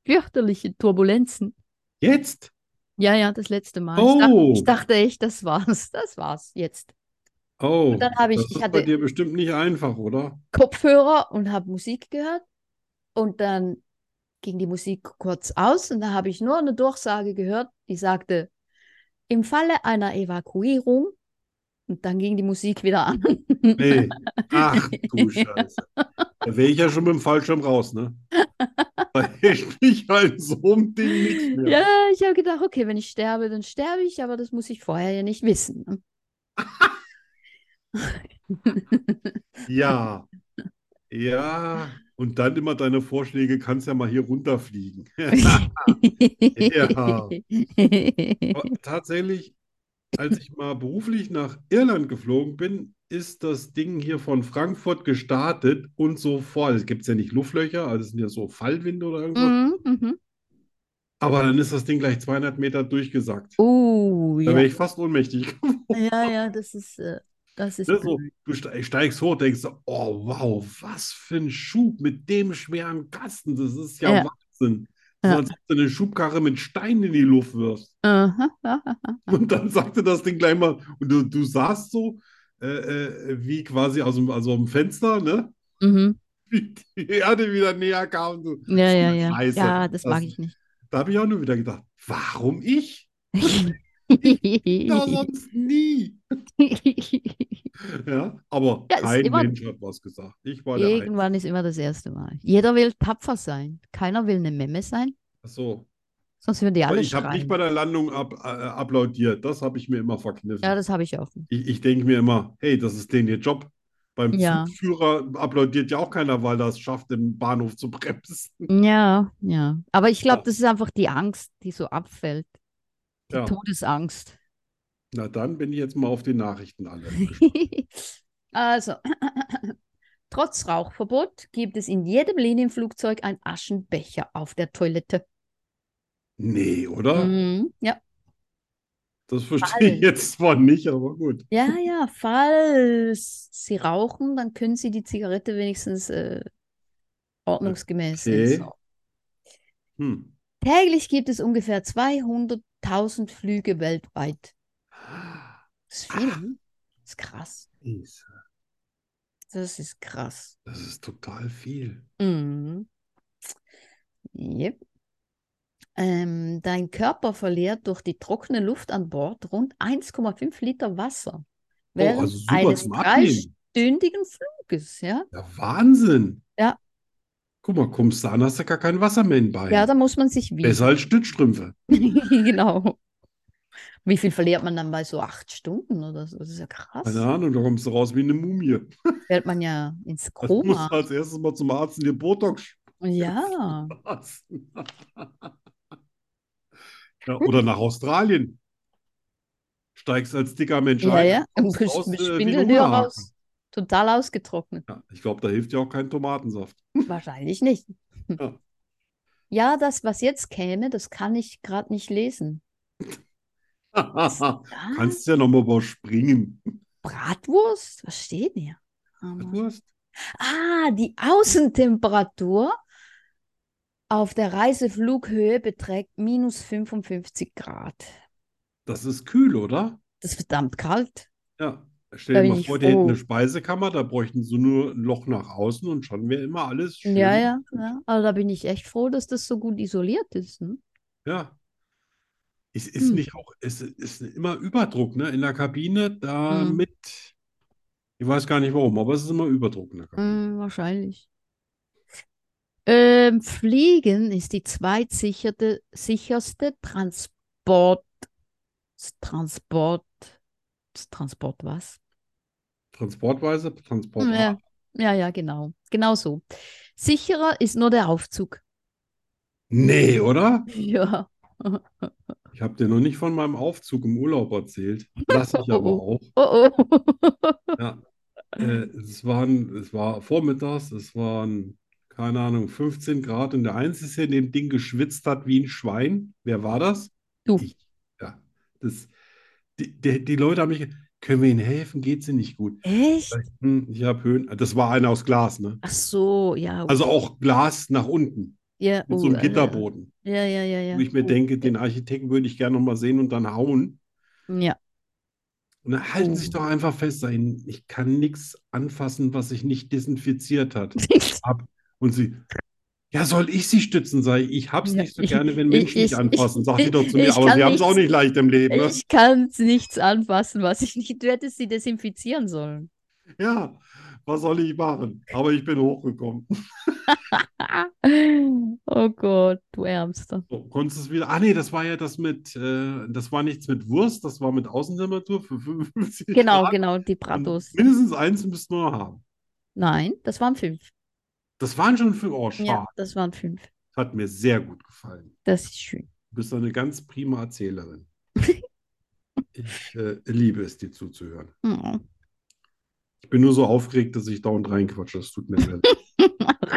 [SPEAKER 1] fürchterliche Turbulenzen.
[SPEAKER 2] Jetzt?
[SPEAKER 1] Ja, ja, das letzte Mal. Ich, dachte,
[SPEAKER 2] Oh.
[SPEAKER 1] ich dachte echt, das war's. Das war's jetzt.
[SPEAKER 2] Oh,
[SPEAKER 1] dann habe ich-
[SPEAKER 2] das
[SPEAKER 1] ich
[SPEAKER 2] ist bei
[SPEAKER 1] hatte-
[SPEAKER 2] dir bestimmt nicht einfach, oder?
[SPEAKER 1] Kopfhörer und habe Musik gehört. Und dann ging die Musik kurz aus und da habe ich nur eine Durchsage gehört, die sagte, im Falle einer Evakuierung, und dann ging die Musik wieder an.
[SPEAKER 2] Nee. Ach du Scheiße. Da wäre ich ja schon mit dem Fallschirm raus, ne? Da hilft mich halt so ein Ding nichts mehr.
[SPEAKER 1] Ja, ich habe gedacht, okay, wenn ich sterbe, dann sterbe ich, aber das muss ich vorher ja nicht wissen. ne?
[SPEAKER 2] Ja. Ja. Und dann immer deine Vorschläge, kannst ja mal hier runterfliegen. Ja. Aber tatsächlich, als ich mal beruflich nach Irland geflogen bin, ist das Ding hier von Frankfurt gestartet und so voll. Es gibt ja nicht Luftlöcher, also es sind ja so Fallwinde oder irgendwas.
[SPEAKER 1] Mhm, mhm.
[SPEAKER 2] Aber dann ist das Ding gleich 200 Meter durchgesackt.
[SPEAKER 1] Oh,
[SPEAKER 2] Da wäre
[SPEAKER 1] ja.
[SPEAKER 2] ich fast ohnmächtig.
[SPEAKER 1] Ja, ja, das ist, äh, das ist
[SPEAKER 2] Ne, so,
[SPEAKER 1] blöd.
[SPEAKER 2] du ste- steigst hoch, denkst, so, oh wow, was für ein Schub mit dem schweren Kasten, das ist ja
[SPEAKER 1] Ja.
[SPEAKER 2] Wahnsinn. So,
[SPEAKER 1] Ja.
[SPEAKER 2] als ob du eine Schubkarre mit Steinen in die Luft wirfst.
[SPEAKER 1] Aha, aha, aha.
[SPEAKER 2] Und dann sagte das Ding gleich mal, und du, du saßt so, äh, äh, wie quasi aus dem, also dem Fenster, ne?
[SPEAKER 1] Mhm.
[SPEAKER 2] Wie die Erde wieder näher kam. und So.
[SPEAKER 1] Ja, ja,
[SPEAKER 2] eine
[SPEAKER 1] ja.
[SPEAKER 2] Scheiße.
[SPEAKER 1] Ja, das mag
[SPEAKER 2] Das-
[SPEAKER 1] ich nicht.
[SPEAKER 2] Da habe ich auch nur wieder gedacht, warum ich? Ja, sonst nie. Ja, aber
[SPEAKER 1] Ja, ist
[SPEAKER 2] kein
[SPEAKER 1] immer-
[SPEAKER 2] Mensch hat was gesagt. Ich war der Einzige.
[SPEAKER 1] Irgendwann ist immer das erste Mal. Jeder will tapfer sein. Keiner will eine Memme sein,
[SPEAKER 2] Ach so.
[SPEAKER 1] sonst würden die
[SPEAKER 2] Aber
[SPEAKER 1] alle
[SPEAKER 2] ich habe nicht
[SPEAKER 1] schreien.
[SPEAKER 2] bei der Landung ab, äh, applaudiert. Das habe ich mir immer verkniffen.
[SPEAKER 1] Ja, das habe ich auch nicht.
[SPEAKER 2] ich ich denke mir immer, hey, das ist denen ihr Job. Beim
[SPEAKER 1] Ja.
[SPEAKER 2] Zugführer applaudiert ja auch keiner, weil das schafft, im Bahnhof zu bremsen.
[SPEAKER 1] Ja, ja. Aber ich glaube,
[SPEAKER 2] Hm. Ja.
[SPEAKER 1] das ist einfach die Angst, die so abfällt. Die
[SPEAKER 2] Ja.
[SPEAKER 1] Todesangst.
[SPEAKER 2] Na dann bin ich jetzt mal auf die Nachrichten alle.
[SPEAKER 1] Also, trotz Rauchverbot gibt es in jedem Linienflugzeug ein Aschenbecher auf der Toilette.
[SPEAKER 2] Nee, oder?
[SPEAKER 1] Mhm. Ja,
[SPEAKER 2] Das verstehe
[SPEAKER 1] Fall.
[SPEAKER 2] ich jetzt zwar nicht, aber gut.
[SPEAKER 1] ja, ja. Falls Sie rauchen, dann können Sie die Zigarette wenigstens äh, ordnungsgemäß
[SPEAKER 2] Okay.
[SPEAKER 1] entsorgen.
[SPEAKER 2] Hm.
[SPEAKER 1] Täglich gibt es ungefähr 200.000 Flüge weltweit. Das ist
[SPEAKER 2] Ah.
[SPEAKER 1] viel. ne? Das ist krass.
[SPEAKER 2] Scheiße,
[SPEAKER 1] Das ist krass.
[SPEAKER 2] Das ist total viel.
[SPEAKER 1] Mhm. Yep. Ähm, dein Körper verliert durch die trockene Luft an Bord rund 1,5 Liter Wasser während
[SPEAKER 2] also super
[SPEAKER 1] eines
[SPEAKER 2] zum Abnehmen.
[SPEAKER 1] dreistündigen Fluges, ja?
[SPEAKER 2] Ja, Wahnsinn.
[SPEAKER 1] Ja.
[SPEAKER 2] Guck mal, kommst du an, hast du gar kein Wasser mehr in den
[SPEAKER 1] Ja, da
[SPEAKER 2] Beinen.
[SPEAKER 1] muss man sich wiegen.
[SPEAKER 2] Besser als Stützstrümpfe.
[SPEAKER 1] Genau. Wie viel verliert man dann bei so acht Stunden oder so? Das ist ja krass.
[SPEAKER 2] Keine Ahnung, da kommst du raus wie eine Mumie.
[SPEAKER 1] Fällt man ja ins
[SPEAKER 2] Also musst
[SPEAKER 1] Koma.
[SPEAKER 2] du als erstes mal zum Arzt und dir Botox
[SPEAKER 1] Ja.
[SPEAKER 2] lassen. ja, oder nach Australien. Steigst als dicker Mensch
[SPEAKER 1] Ja,
[SPEAKER 2] ein,
[SPEAKER 1] ja.
[SPEAKER 2] kommst
[SPEAKER 1] Bis-
[SPEAKER 2] raus,
[SPEAKER 1] bis
[SPEAKER 2] äh, wie ein
[SPEAKER 1] Spindeldür
[SPEAKER 2] Hungerhaken.
[SPEAKER 1] raus. Total ausgetrocknet.
[SPEAKER 2] Ja, ich glaube, da hilft ja auch kein Tomatensaft.
[SPEAKER 1] Wahrscheinlich nicht.
[SPEAKER 2] Ja.
[SPEAKER 1] Ja, das, was jetzt käme, das kann ich gerade nicht lesen.
[SPEAKER 2] Kannst
[SPEAKER 1] Ah,
[SPEAKER 2] ja nochmal überspringen.
[SPEAKER 1] Bratwurst? Was steht denn hier? Hammer.
[SPEAKER 2] Bratwurst?
[SPEAKER 1] Ah, die Außentemperatur auf der Reiseflughöhe beträgt minus 55 Grad.
[SPEAKER 2] Das ist kühl, oder?
[SPEAKER 1] Das ist verdammt kalt.
[SPEAKER 2] Ja. Stell dir
[SPEAKER 1] bin
[SPEAKER 2] mal
[SPEAKER 1] ich
[SPEAKER 2] vor, die hätten
[SPEAKER 1] froh.
[SPEAKER 2] eine Speisekammer, da bräuchten sie nur ein Loch nach außen und schon wäre immer alles schön.
[SPEAKER 1] Ja, ja, ja. Also da bin ich echt froh, dass das so gut isoliert ist. Ne?
[SPEAKER 2] Ja. Es ist
[SPEAKER 1] Hm.
[SPEAKER 2] nicht auch, es ist immer Überdruck, ne? In der Kabine, damit, ich weiß gar nicht warum, aber es ist immer Überdruck in der Kabine.
[SPEAKER 1] Mm, wahrscheinlich. Ähm, Fliegen ist die zweitsicherte, sicherste Transport. Transport. Transport was?
[SPEAKER 2] Transportweise, Transport
[SPEAKER 1] Ja,
[SPEAKER 2] A.
[SPEAKER 1] ja, ja, genau. Genau so. Sicherer ist nur der Aufzug.
[SPEAKER 2] Nee, oder?
[SPEAKER 1] Ja.
[SPEAKER 2] Ich habe dir noch nicht von meinem Aufzug im Urlaub erzählt. Lass ich aber auch.
[SPEAKER 1] Oh, oh.
[SPEAKER 2] Ja. Äh, es waren, es war vormittags, es waren, keine Ahnung, 15 Grad und der Einzige, der in dem Ding geschwitzt hat wie ein Schwein, wer war das?
[SPEAKER 1] Du.
[SPEAKER 2] Ich. Ja. Das, die, die, die Leute haben mich, ge- können wir Ihnen helfen? Geht's Ihnen nicht gut?
[SPEAKER 1] Echt?
[SPEAKER 2] Hm, ich habe Höhen. Das war einer aus Glas, ne?
[SPEAKER 1] Ach so, ja. oh,
[SPEAKER 2] Also auch Glas nach unten,
[SPEAKER 1] ja,
[SPEAKER 2] mit so einem
[SPEAKER 1] uh,
[SPEAKER 2] Gitterboden,
[SPEAKER 1] Ja, ja, ja, ja.
[SPEAKER 2] wo ich mir
[SPEAKER 1] Uh,
[SPEAKER 2] denke, den Architekten würde ich gerne nochmal sehen und dann hauen.
[SPEAKER 1] Ja.
[SPEAKER 2] Und dann halten
[SPEAKER 1] Oh.
[SPEAKER 2] Sie sich doch einfach fest, sein, ich kann nichts anfassen, was sich nicht desinfiziert hat. Und sie, ja, soll ich sie stützen? Sei ich hab's
[SPEAKER 1] Ja,
[SPEAKER 2] nicht so
[SPEAKER 1] ich-
[SPEAKER 2] gerne, wenn
[SPEAKER 1] ich-
[SPEAKER 2] Menschen mich
[SPEAKER 1] ich-
[SPEAKER 2] anfassen.
[SPEAKER 1] ich-
[SPEAKER 2] Sagt sie doch zu mir,
[SPEAKER 1] ich
[SPEAKER 2] aber
[SPEAKER 1] kann
[SPEAKER 2] sie haben es auch
[SPEAKER 1] nichts-
[SPEAKER 2] nicht leicht im Leben, ne?
[SPEAKER 1] Ich kann nichts anfassen, was ich nicht. Du hättest sie desinfizieren sollen.
[SPEAKER 2] Ja. was soll ich machen? Aber ich bin hochgekommen.
[SPEAKER 1] Oh Gott, du Ärmster.
[SPEAKER 2] So, konntest du es wieder. Ah, nee, das war ja das mit, äh, das war nichts mit Wurst, das war mit Außentemperatur für 55
[SPEAKER 1] Genau,
[SPEAKER 2] Grad.
[SPEAKER 1] genau, die
[SPEAKER 2] Und
[SPEAKER 1] Bratos.
[SPEAKER 2] Mindestens eins müssten wir haben.
[SPEAKER 1] Nein, das waren fünf.
[SPEAKER 2] Das waren schon fünf. Oh, schade.
[SPEAKER 1] Ja, das waren fünf.
[SPEAKER 2] Hat mir sehr gut gefallen.
[SPEAKER 1] Das ist schön.
[SPEAKER 2] Du bist eine ganz prima Erzählerin. Ich äh, liebe es, dir zuzuhören.
[SPEAKER 1] Oh,
[SPEAKER 2] Ich bin nur so aufgeregt, dass ich dauernd reinquatsche. Das tut mir leid.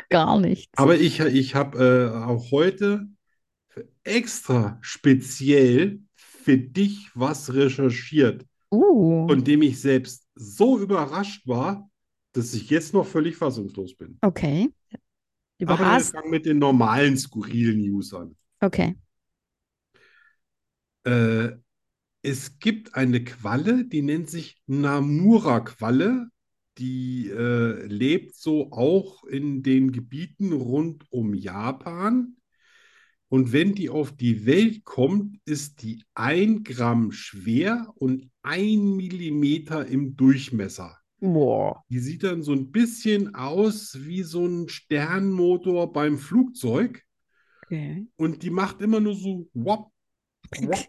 [SPEAKER 1] gar nichts.
[SPEAKER 2] Aber ich, ich habe äh, auch heute für extra speziell für dich was recherchiert,
[SPEAKER 1] Uh,
[SPEAKER 2] von dem ich selbst so überrascht war, dass ich jetzt noch völlig fassungslos bin.
[SPEAKER 1] okay.
[SPEAKER 2] Aber wir
[SPEAKER 1] Überrascht.
[SPEAKER 2] fangen mit den normalen, skurrilen News an.
[SPEAKER 1] Okay.
[SPEAKER 2] Äh, es gibt eine Qualle, die nennt sich Namura-Qualle. Die äh, lebt so auch in den Gebieten rund um Japan. Und wenn die auf die Welt kommt, ist die ein Gramm schwer und ein Millimeter im Durchmesser.
[SPEAKER 1] Boah.
[SPEAKER 2] Die sieht dann so ein bisschen aus wie so ein Sternmotor beim Flugzeug.
[SPEAKER 1] Okay.
[SPEAKER 2] Und die macht immer nur so wop, wop,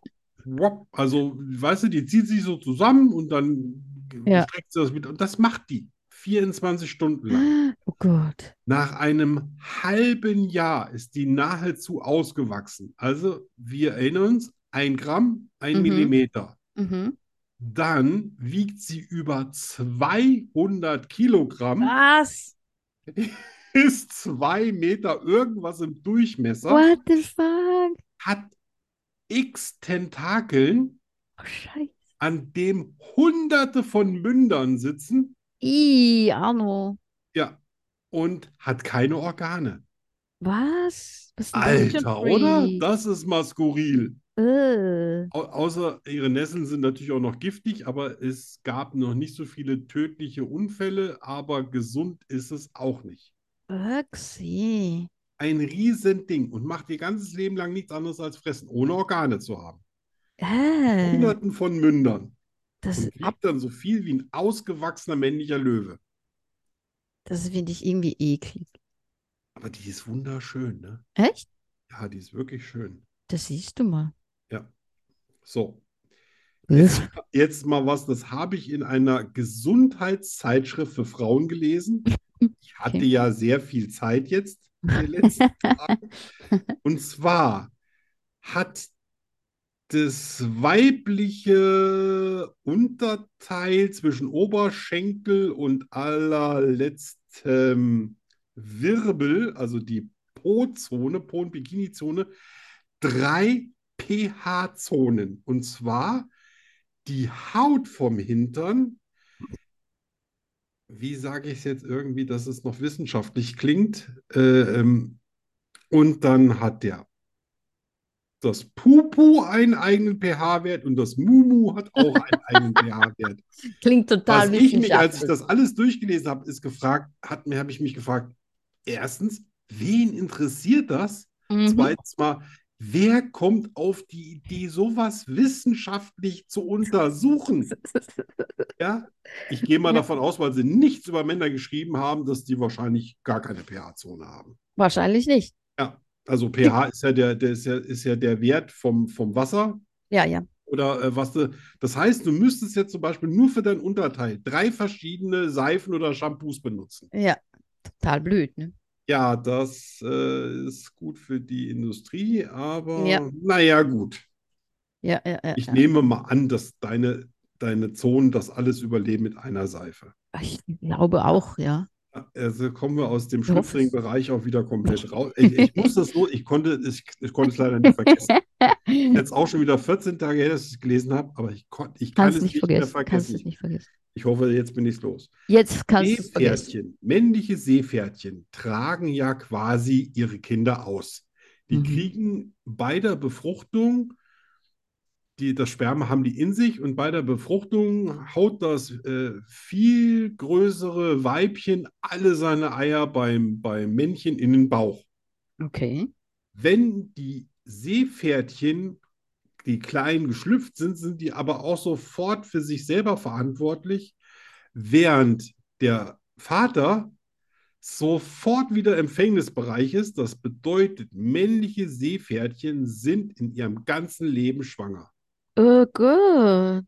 [SPEAKER 2] wop. Also, weißt du, die zieht sich so zusammen und dann
[SPEAKER 1] Ja.
[SPEAKER 2] streckt sie das wieder. Und das macht die 24 Stunden lang.
[SPEAKER 1] Oh Gott.
[SPEAKER 2] Nach einem halben Jahr ist die nahezu ausgewachsen. Also, wir erinnern uns, ein Gramm, ein
[SPEAKER 1] Mhm.
[SPEAKER 2] Millimeter. Hm?
[SPEAKER 1] Mhm.
[SPEAKER 2] Dann wiegt sie über 200 Kilogramm,
[SPEAKER 1] Ah. Was?
[SPEAKER 2] ist zwei Meter irgendwas im Durchmesser.
[SPEAKER 1] What the fuck?
[SPEAKER 2] hat x Tentakeln,
[SPEAKER 1] Oh, Scheiße.
[SPEAKER 2] an dem hunderte von Mündern sitzen,
[SPEAKER 1] I, Arno.
[SPEAKER 2] ja, und hat keine Organe.
[SPEAKER 1] Was? Was ist denn das für ein
[SPEAKER 2] Alter, oder?
[SPEAKER 1] Freak?
[SPEAKER 2] Das ist mal skurril.
[SPEAKER 1] Äh.
[SPEAKER 2] Au außer ihre Nesseln sind natürlich auch noch giftig, aber es gab noch nicht so viele tödliche Unfälle, aber gesund ist es auch nicht.
[SPEAKER 1] Öxi.
[SPEAKER 2] Ein Riesending und macht ihr ganzes Leben lang nichts anderes als fressen, ohne Organe zu haben.
[SPEAKER 1] Äh,
[SPEAKER 2] Hunderten von Mündern.
[SPEAKER 1] das,
[SPEAKER 2] und wiegt dann so viel wie ein ausgewachsener männlicher Löwe.
[SPEAKER 1] das finde ich irgendwie eklig.
[SPEAKER 2] Aber die ist wunderschön, ne?
[SPEAKER 1] Echt?
[SPEAKER 2] Ja, die ist wirklich schön.
[SPEAKER 1] Das siehst du mal.
[SPEAKER 2] So, jetzt mal was, das habe ich in einer Gesundheitszeitschrift für Frauen gelesen. Ich hatte
[SPEAKER 1] Okay.
[SPEAKER 2] ja sehr viel Zeit jetzt in den letzten Tagen. Und zwar hat das weibliche Unterteil zwischen Oberschenkel und allerletztem Wirbel, also die Po-Zone, Po- und Bikini-Zone, drei pH-Zonen. Und zwar die Haut vom Hintern. Wie sage ich es jetzt irgendwie, dass es noch wissenschaftlich klingt? Äh, ähm, und dann hat der das Pupu einen eigenen pH-Wert und das Mumu hat auch einen eigenen pH-Wert.
[SPEAKER 1] Klingt total
[SPEAKER 2] Was ich mich,
[SPEAKER 1] wissenschaftlich.
[SPEAKER 2] als ich das alles durchgelesen habe, ist gefragt, hat mir, habe ich mich gefragt, erstens, wen interessiert das?
[SPEAKER 1] Mhm.
[SPEAKER 2] Zweitens mal, wer kommt auf die Idee, sowas wissenschaftlich zu untersuchen? Ja, ich gehe mal
[SPEAKER 1] Ja.
[SPEAKER 2] davon aus, weil sie nichts über Männer geschrieben haben, dass die wahrscheinlich gar keine pH-Zone haben.
[SPEAKER 1] Wahrscheinlich nicht.
[SPEAKER 2] Also pH ist ja der, der ist ja, ist ja der Wert vom, vom Wasser
[SPEAKER 1] Ja, ja.
[SPEAKER 2] oder äh, was. du- Das heißt, du müsstest jetzt zum Beispiel nur für dein Unterteil drei verschiedene Seifen oder Shampoos benutzen.
[SPEAKER 1] Ja. Total blöd, ne?
[SPEAKER 2] Ja, das äh, ist gut für die Industrie, aber
[SPEAKER 1] Ja.
[SPEAKER 2] naja, gut.
[SPEAKER 1] Ja, ja, ja.
[SPEAKER 2] Ich
[SPEAKER 1] ja.
[SPEAKER 2] nehme mal an, dass deine, deine Zonen das alles überleben mit einer Seife.
[SPEAKER 1] Ich glaube auch, ja.
[SPEAKER 2] Also kommen wir aus dem
[SPEAKER 1] Ich hoffe es.
[SPEAKER 2] Schlüpfring-Bereich auch wieder komplett raus. Ich, ich muss das so, ich konnte, ich, ich konnte es leider nicht vergessen. Jetzt auch schon wieder 14 Tage her, dass ich es gelesen habe, aber ich, kon, ich kann
[SPEAKER 1] Kannst
[SPEAKER 2] es
[SPEAKER 1] nicht
[SPEAKER 2] nicht mehr
[SPEAKER 1] vergessen. Kannst es
[SPEAKER 2] vergessen.
[SPEAKER 1] nicht vergessen.
[SPEAKER 2] Ich hoffe, jetzt bin ich es los.
[SPEAKER 1] Jetzt kannst du es vergessen.
[SPEAKER 2] Seepferdchen, männliche Seepferdchen tragen ja quasi ihre Kinder aus. Die
[SPEAKER 1] Mhm.
[SPEAKER 2] kriegen bei der Befruchtung, die, das Sperma haben die in sich und bei der Befruchtung haut das äh, viel größere Weibchen alle seine Eier beim, beim Männchen in den Bauch.
[SPEAKER 1] Okay.
[SPEAKER 2] Wenn die Seepferdchen, die kleinen geschlüpft sind, sind die aber auch sofort für sich selber verantwortlich, während der Vater sofort wieder empfängnisbereich ist, das bedeutet, männliche Seepferdchen sind in ihrem ganzen Leben schwanger.
[SPEAKER 1] Oh, gut.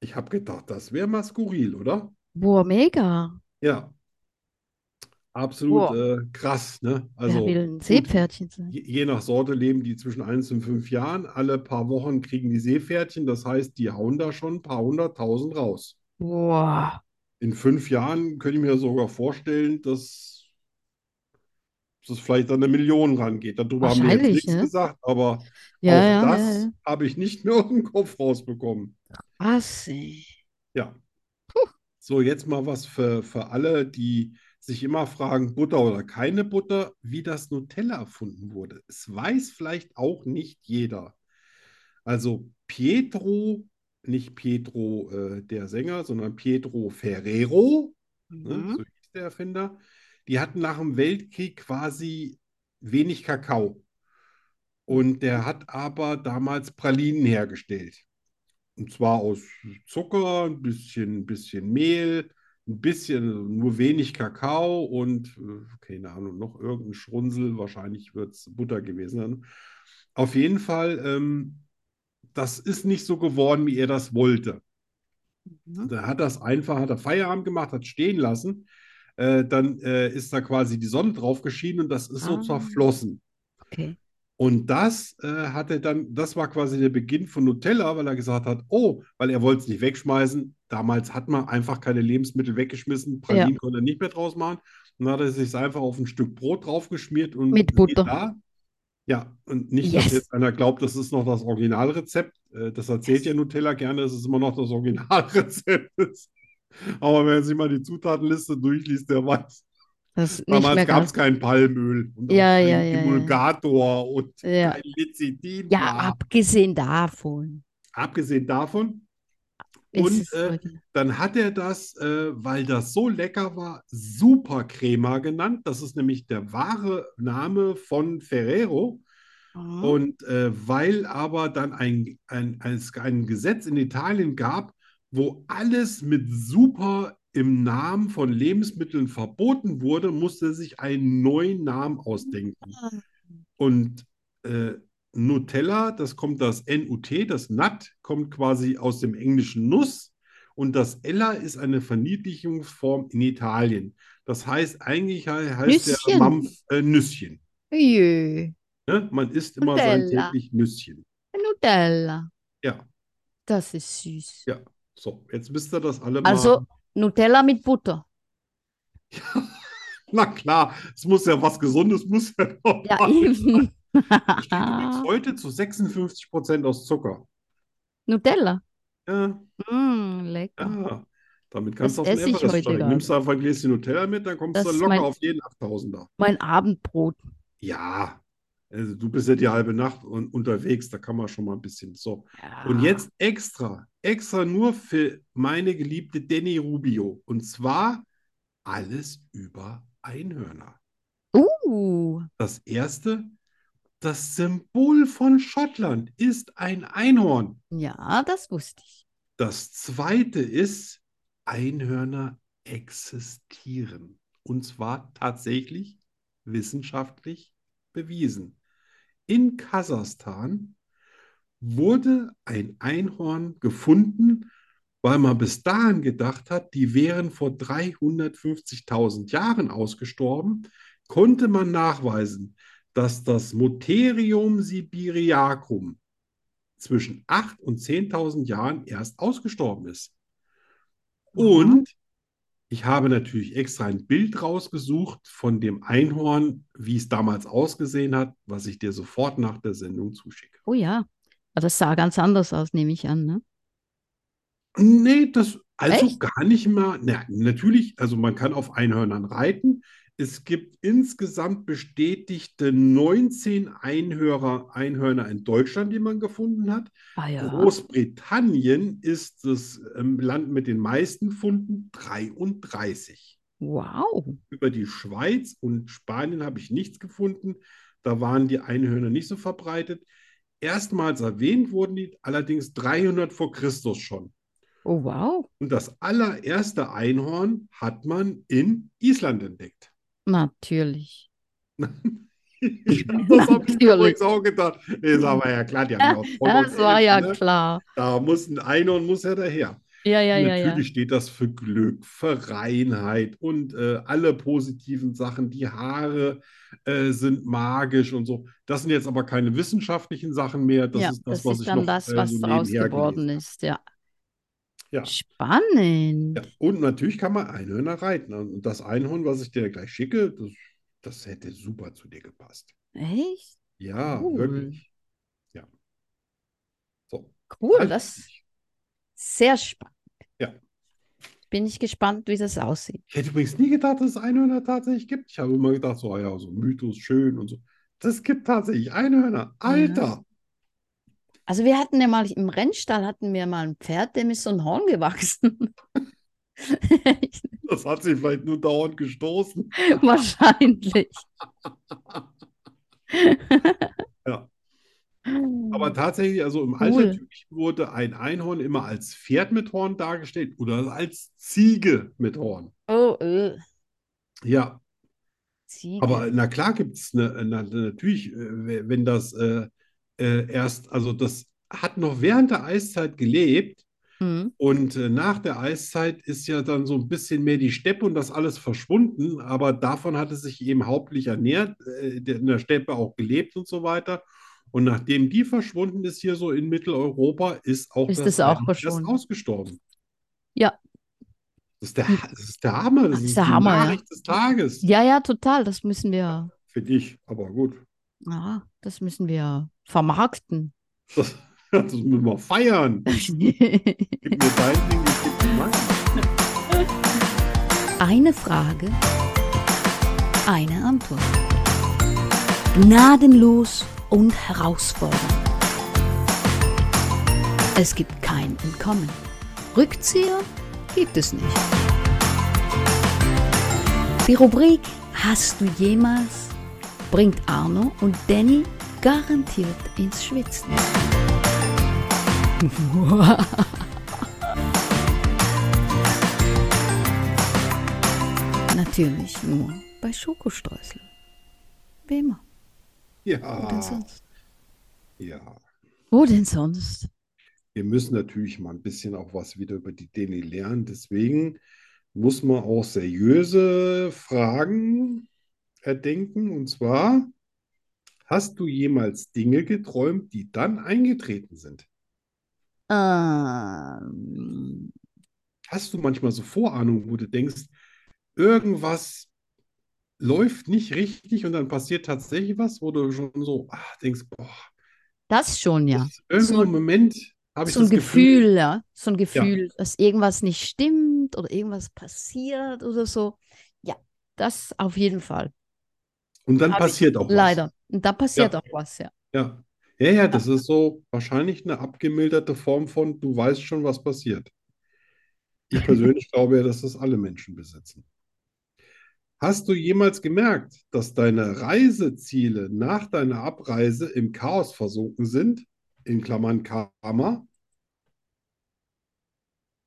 [SPEAKER 2] Ich habe gedacht, das wäre mal skurril, oder?
[SPEAKER 1] Boah, mega.
[SPEAKER 2] Ja. Absolut äh, krass, ne?
[SPEAKER 1] Wer
[SPEAKER 2] Also
[SPEAKER 1] will ein
[SPEAKER 2] gut,
[SPEAKER 1] Seepferdchen sein?
[SPEAKER 2] je, je nach Sorte leben die zwischen 1 und 5 Jahren. Alle paar Wochen kriegen die Seepferdchen, das heißt, die hauen da schon ein paar hunderttausend raus.
[SPEAKER 1] Boah.
[SPEAKER 2] In fünf Jahren könnte ich mir sogar vorstellen, dass dass es vielleicht an eine Million rangeht. Darüber haben wir jetzt
[SPEAKER 1] Wahrscheinlich,
[SPEAKER 2] nichts
[SPEAKER 1] ne?
[SPEAKER 2] gesagt, aber
[SPEAKER 1] Ja,
[SPEAKER 2] auch
[SPEAKER 1] ja,
[SPEAKER 2] das
[SPEAKER 1] ja. Ah,
[SPEAKER 2] habe ich nicht mehr aus dem Kopf rausbekommen.
[SPEAKER 1] Was? ey.
[SPEAKER 2] Ja. So, jetzt mal was für, für alle, die sich immer fragen, Butter oder keine Butter, wie das Nutella erfunden wurde. Es weiß vielleicht auch nicht jeder. Also Pietro, nicht Pietro äh, der Sänger, sondern Pietro Ferrero,
[SPEAKER 1] Mhm.
[SPEAKER 2] ne, so hieß der Erfinder, die hatten nach dem Weltkrieg quasi wenig Kakao. Und der hat aber damals Pralinen hergestellt. Und zwar aus Zucker, ein bisschen, bisschen Mehl, ein bisschen, nur wenig Kakao und äh, keine Ahnung, noch irgendein Schrunzel. Wahrscheinlich wird es Butter gewesen sein. Auf jeden Fall, ähm, das ist nicht so geworden, wie er das wollte. Da hat das einfach, hat er Feierabend gemacht, hat stehen lassen. Äh, dann äh, ist da quasi die Sonne drauf geschienen und das ist so
[SPEAKER 1] Ah.
[SPEAKER 2] zerflossen.
[SPEAKER 1] Okay.
[SPEAKER 2] Und das äh, hat er dann, das war quasi der Beginn von Nutella, weil er gesagt hat, oh, weil er wollte es nicht wegschmeißen. Damals hat man einfach keine Lebensmittel weggeschmissen, Pralinen konnte er nicht mehr draus machen. Und dann hat er sich einfach auf ein Stück Brot draufgeschmiert und
[SPEAKER 1] Mit
[SPEAKER 2] siehe
[SPEAKER 1] Butter.
[SPEAKER 2] da. Ja, und nicht, dass
[SPEAKER 1] Yes.
[SPEAKER 2] jetzt einer glaubt, das ist noch das Originalrezept. Äh, das erzählt ja Nutella gerne, dass es immer noch das Originalrezept ist. Aber wenn man sich mal die Zutatenliste durchliest, der weiß,
[SPEAKER 1] Das ist nicht
[SPEAKER 2] Damals
[SPEAKER 1] mehr
[SPEAKER 2] gab
[SPEAKER 1] ganz.
[SPEAKER 2] es kein Palmöl und auch
[SPEAKER 1] Ja,
[SPEAKER 2] kein
[SPEAKER 1] ja, ja, ja.
[SPEAKER 2] Emulgator und
[SPEAKER 1] Ja.
[SPEAKER 2] kein Lecithin.
[SPEAKER 1] Ja,
[SPEAKER 2] Bla.
[SPEAKER 1] abgesehen davon.
[SPEAKER 2] Abgesehen davon.
[SPEAKER 1] ist
[SPEAKER 2] Und
[SPEAKER 1] es
[SPEAKER 2] äh,
[SPEAKER 1] original.
[SPEAKER 2] dann hat er das, äh, weil das so lecker war, Supercrema genannt. Das ist nämlich der wahre Name von Ferrero.
[SPEAKER 1] Mhm.
[SPEAKER 2] Und äh, weil aber dann ein, ein, ein, ein Gesetz in Italien gab, wo alles mit Super im Namen von Lebensmitteln verboten wurde, musste er sich einen neuen Namen ausdenken.
[SPEAKER 1] Mhm.
[SPEAKER 2] Und äh, Nutella, das kommt das NUT, das Nut kommt quasi aus dem englischen Nuss. Und das Ella ist eine Verniedlichungsform in Italien. Das heißt, eigentlich he- heißt der
[SPEAKER 1] Nüsschen.
[SPEAKER 2] Mampf äh, Nüsschen.
[SPEAKER 1] Jö.
[SPEAKER 2] Ne? Man isst immer sein
[SPEAKER 1] Nutella.
[SPEAKER 2] täglich Nüsschen.
[SPEAKER 1] Nutella.
[SPEAKER 2] Ja,
[SPEAKER 1] Das ist süß.
[SPEAKER 2] Ja. so, jetzt wisst ihr das alle mal.
[SPEAKER 1] Also Nutella mit Butter.
[SPEAKER 2] Na klar, es muss ja was Gesundes, muss ja noch
[SPEAKER 1] Ja,
[SPEAKER 2] mal.
[SPEAKER 1] eben.
[SPEAKER 2] Besteht übrigens heute zu 56 Prozent aus Zucker.
[SPEAKER 1] Nutella.
[SPEAKER 2] Ja,
[SPEAKER 1] Mm, lecker.
[SPEAKER 2] ja. Damit kannst du auf
[SPEAKER 1] Das
[SPEAKER 2] den
[SPEAKER 1] esse ich
[SPEAKER 2] Everest
[SPEAKER 1] heute
[SPEAKER 2] steigen.
[SPEAKER 1] gerade.
[SPEAKER 2] Nimmst du einfach ein Gläschen Nutella mit, dann kommst
[SPEAKER 1] Das
[SPEAKER 2] du
[SPEAKER 1] ist
[SPEAKER 2] locker
[SPEAKER 1] mein-
[SPEAKER 2] auf jeden 8000er.
[SPEAKER 1] Mein Abendbrot.
[SPEAKER 2] Ja, also du bist ja die halbe Nacht un unterwegs, da kann man schon mal ein bisschen so. Und
[SPEAKER 1] Ja.
[SPEAKER 2] jetzt extra, extra nur für meine geliebte Danny Rubio. Und zwar alles über Einhörner.
[SPEAKER 1] Uh,
[SPEAKER 2] Das erste, das Symbol von Schottland ist ein Einhorn.
[SPEAKER 1] ja, das wusste ich.
[SPEAKER 2] Das zweite ist, Einhörner existieren. Und zwar tatsächlich wissenschaftlich bewiesen. In Kasachstan wurde ein Einhorn gefunden, weil man bis dahin gedacht hat, die wären vor 350.000 Jahren ausgestorben, konnte man nachweisen, dass das Motherium sibiriacum zwischen 8.000 und 10.000 Jahren erst ausgestorben ist. Und ich habe natürlich extra ein Bild rausgesucht von dem Einhorn, wie es damals ausgesehen hat, was ich dir sofort nach der Sendung zuschicke.
[SPEAKER 1] Oh ja. Aber Das sah ganz anders aus, nehme ich an, ne?
[SPEAKER 2] Nee, das also
[SPEAKER 1] Echt?
[SPEAKER 2] gar nicht mal. Na, natürlich, also man kann auf Einhörnern reiten. Es gibt insgesamt bestätigte 19 Einhörer, Einhörner in Deutschland, die man gefunden hat.
[SPEAKER 1] Ah ja.
[SPEAKER 2] Großbritannien ist das ähm, Land mit den meisten Funden, 33.
[SPEAKER 1] Wow.
[SPEAKER 2] Über die Schweiz und Spanien habe ich nichts gefunden. Da waren die Einhörner nicht so verbreitet. Erstmals erwähnt wurden die allerdings 300 vor Christus schon.
[SPEAKER 1] Oh, wow.
[SPEAKER 2] Und das allererste Einhorn hat man in Island entdeckt.
[SPEAKER 1] Natürlich.
[SPEAKER 2] Ich hab das habe ich
[SPEAKER 1] Natürlich.
[SPEAKER 2] übrigens auch gedacht. Das war ja klar, die haben ja auch voll
[SPEAKER 1] Das war ja
[SPEAKER 2] ne?
[SPEAKER 1] klar.
[SPEAKER 2] Da muss ein Einhorn muss ja daher.
[SPEAKER 1] Ja, ja, ja, ja.
[SPEAKER 2] Natürlich steht das für Glück, für Reinheit und äh, alle positiven Sachen. Die Haare äh, sind magisch und so. Das sind jetzt aber keine wissenschaftlichen Sachen mehr. Das
[SPEAKER 1] ja,
[SPEAKER 2] ist das,
[SPEAKER 1] das
[SPEAKER 2] was
[SPEAKER 1] ist
[SPEAKER 2] ich
[SPEAKER 1] dann
[SPEAKER 2] noch
[SPEAKER 1] das,
[SPEAKER 2] äh,
[SPEAKER 1] was
[SPEAKER 2] so
[SPEAKER 1] draus
[SPEAKER 2] nebenher
[SPEAKER 1] geworden
[SPEAKER 2] gelesen
[SPEAKER 1] ist, ja.
[SPEAKER 2] Ja.
[SPEAKER 1] Spannend.
[SPEAKER 2] Ja, und natürlich kann man Einhörner reiten. Und das Einhorn, was ich dir gleich schicke, das, das hätte super zu dir gepasst.
[SPEAKER 1] Echt?
[SPEAKER 2] Ja,
[SPEAKER 1] Cool.
[SPEAKER 2] wirklich. Ja. So,
[SPEAKER 1] Cool,
[SPEAKER 2] halt
[SPEAKER 1] das ist
[SPEAKER 2] dich.
[SPEAKER 1] sehr spannend.
[SPEAKER 2] Ja.
[SPEAKER 1] Bin ich gespannt, wie das aussieht.
[SPEAKER 2] Ich hätte übrigens nie gedacht, dass es Einhörner tatsächlich gibt. Ich habe immer gedacht, so, ah ja, so Mythos, schön und so. Das gibt tatsächlich Einhörner. Alter!
[SPEAKER 1] Also wir hatten ja mal, im Rennstall hatten wir mal ein Pferd, dem ist so ein Horn gewachsen.
[SPEAKER 2] Das hat sie vielleicht nur dauernd gestoßen.
[SPEAKER 1] Wahrscheinlich.
[SPEAKER 2] Ja.
[SPEAKER 1] Hm.
[SPEAKER 2] Aber tatsächlich, also im Altertümlichen wurde ein Einhorn immer als Pferd mit Horn dargestellt oder als Ziege mit Horn.
[SPEAKER 1] Oh, äh,
[SPEAKER 2] Ja,
[SPEAKER 1] Ziege.
[SPEAKER 2] aber na klar gibt es ne, na, natürlich, äh, we- wenn das äh, äh, erst, also das hat noch während der Eiszeit gelebt.
[SPEAKER 1] Hm.
[SPEAKER 2] Und äh, nach der Eiszeit ist ja dann so ein bisschen mehr die Steppe und das alles verschwunden, aber davon hat es sich eben hauptlich ernährt, äh, der- in der Steppe auch gelebt und so weiter. Und nachdem die verschwunden ist hier so in Mitteleuropa, ist auch
[SPEAKER 1] Ist
[SPEAKER 2] das
[SPEAKER 1] es auch
[SPEAKER 2] Einhorn erst
[SPEAKER 1] verschwunden.
[SPEAKER 2] ausgestorben.
[SPEAKER 1] Ja.
[SPEAKER 2] Das ist der, das ist der Hammer, das
[SPEAKER 1] Das ist
[SPEAKER 2] ist
[SPEAKER 1] der
[SPEAKER 2] die
[SPEAKER 1] Hammer, ja.
[SPEAKER 2] Nachricht des Tages
[SPEAKER 1] Ja, ja, total. Das müssen wir,
[SPEAKER 2] für dich, aber gut.
[SPEAKER 1] ja, das müssen wir vermarkten.
[SPEAKER 2] Das, das müssen wir feiern. Gib mir dein Ding, ich geb dir mein.
[SPEAKER 3] Eine Frage, eine Antwort. Gnadenlos und herausfordernd. Es gibt kein Entkommen. Rückzieher gibt es nicht. Die Rubrik Hast du jemals bringt Arno und Danny garantiert ins Schwitzen. Natürlich nur bei Schokostreuseln. Wie immer. Wo denn
[SPEAKER 2] Ja,
[SPEAKER 3] sonst?
[SPEAKER 2] ja.
[SPEAKER 1] Wo denn sonst?
[SPEAKER 2] Wir müssen natürlich mal ein bisschen auch was wieder über die Deni lernen. Deswegen muss man auch seriöse Fragen erdenken. Und zwar, hast du jemals Dinge geträumt, die dann eingetreten sind?
[SPEAKER 1] Ähm,
[SPEAKER 2] Hast du manchmal so Vorahnungen, wo du denkst, irgendwas läuft nicht richtig und dann passiert tatsächlich was, wo du schon so ach, denkst, boah,
[SPEAKER 1] das schon, ja.
[SPEAKER 2] irgendwo
[SPEAKER 1] So-
[SPEAKER 2] im Moment habe ich
[SPEAKER 1] so ein
[SPEAKER 2] das Gefühl,
[SPEAKER 1] Gefühl, ja. So ein Gefühl, dass irgendwas nicht stimmt oder irgendwas passiert oder so. Ja, das auf jeden Fall.
[SPEAKER 2] und dann
[SPEAKER 1] Hab ich
[SPEAKER 2] passiert auch was.
[SPEAKER 1] Leider. Und da passiert auch was, ja.
[SPEAKER 2] Ja. Ja, ja, das ist so wahrscheinlich eine abgemilderte Form von, du weißt schon, was passiert. Ich persönlich glaube ja, dass das alle Menschen besitzen. Hast du jemals gemerkt, dass deine Reiseziele nach deiner Abreise im Chaos versunken sind? In Klammern Karma.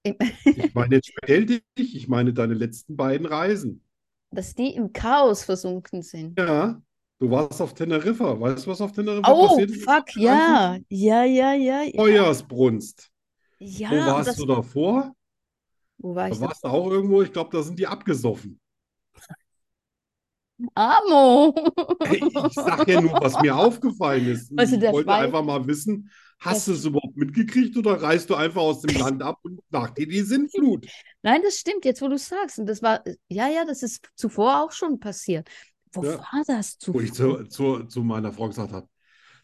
[SPEAKER 2] Ich meine jetzt speziell dich, ich meine deine letzten beiden Reisen.
[SPEAKER 1] Dass die im Chaos versunken sind.
[SPEAKER 2] Ja, du warst auf Teneriffa. Weißt du, was auf Teneriffa
[SPEAKER 1] Oh,
[SPEAKER 2] passiert ist?
[SPEAKER 1] fuck, ja. Ja, ja, ja. ja.
[SPEAKER 2] Feuersbrunst.
[SPEAKER 1] Ja,
[SPEAKER 2] Wo
[SPEAKER 1] und
[SPEAKER 2] warst
[SPEAKER 1] das,
[SPEAKER 2] du davor?
[SPEAKER 1] wo war ich
[SPEAKER 2] Da
[SPEAKER 1] da?
[SPEAKER 2] warst du auch irgendwo, ich glaube, da sind die abgesoffen.
[SPEAKER 1] Amo!
[SPEAKER 2] Hey, ich sag ja nur, was mir aufgefallen ist.
[SPEAKER 1] Also
[SPEAKER 2] ich
[SPEAKER 1] der
[SPEAKER 2] wollte
[SPEAKER 1] Schwein-
[SPEAKER 2] einfach mal wissen, hast du es überhaupt mitgekriegt oder reist du einfach aus dem Land ab und nach dir die Sintflut?
[SPEAKER 1] Nein, das stimmt, jetzt wo du sagst. Und das war, äh, ja, ja, das ist zuvor auch schon passiert. Wo
[SPEAKER 2] Ja.
[SPEAKER 1] war das oh
[SPEAKER 2] Wo
[SPEAKER 1] zuvor?
[SPEAKER 2] ich zu, zu, zu meiner Frau gesagt habe,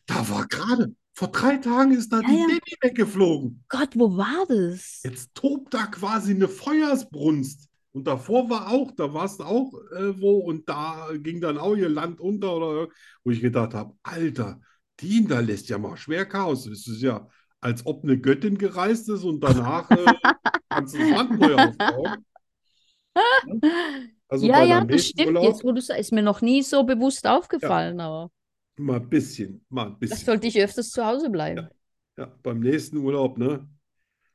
[SPEAKER 2] da war gerade, vor drei Tagen ist da
[SPEAKER 1] Ja,
[SPEAKER 2] die
[SPEAKER 1] ja.
[SPEAKER 2] Baby weggeflogen.
[SPEAKER 1] Gott, wo war das?
[SPEAKER 2] Jetzt tobt da quasi eine Feuersbrunst. Und davor war auch, da warst du auch äh, wo und da ging dann auch ihr Land unter oder irg- wo ich gedacht habe, Alter, die da lässt ja mal schwer Chaos. Es ist ja, als ob eine Göttin gereist ist und danach äh, kannst du das Land neu aufbauen. Also
[SPEAKER 1] ja,
[SPEAKER 2] bei
[SPEAKER 1] ja,
[SPEAKER 2] deinem
[SPEAKER 1] das
[SPEAKER 2] nächsten
[SPEAKER 1] stimmt.
[SPEAKER 2] Urlaub
[SPEAKER 1] Jetzt, wo du sagst, ist mir noch nie so bewusst aufgefallen, aber
[SPEAKER 2] mal ein bisschen, mal ein
[SPEAKER 1] das
[SPEAKER 2] bisschen.
[SPEAKER 1] sollte ich öfters zu Hause bleiben.
[SPEAKER 2] Ja, beim nächsten Urlaub, ne?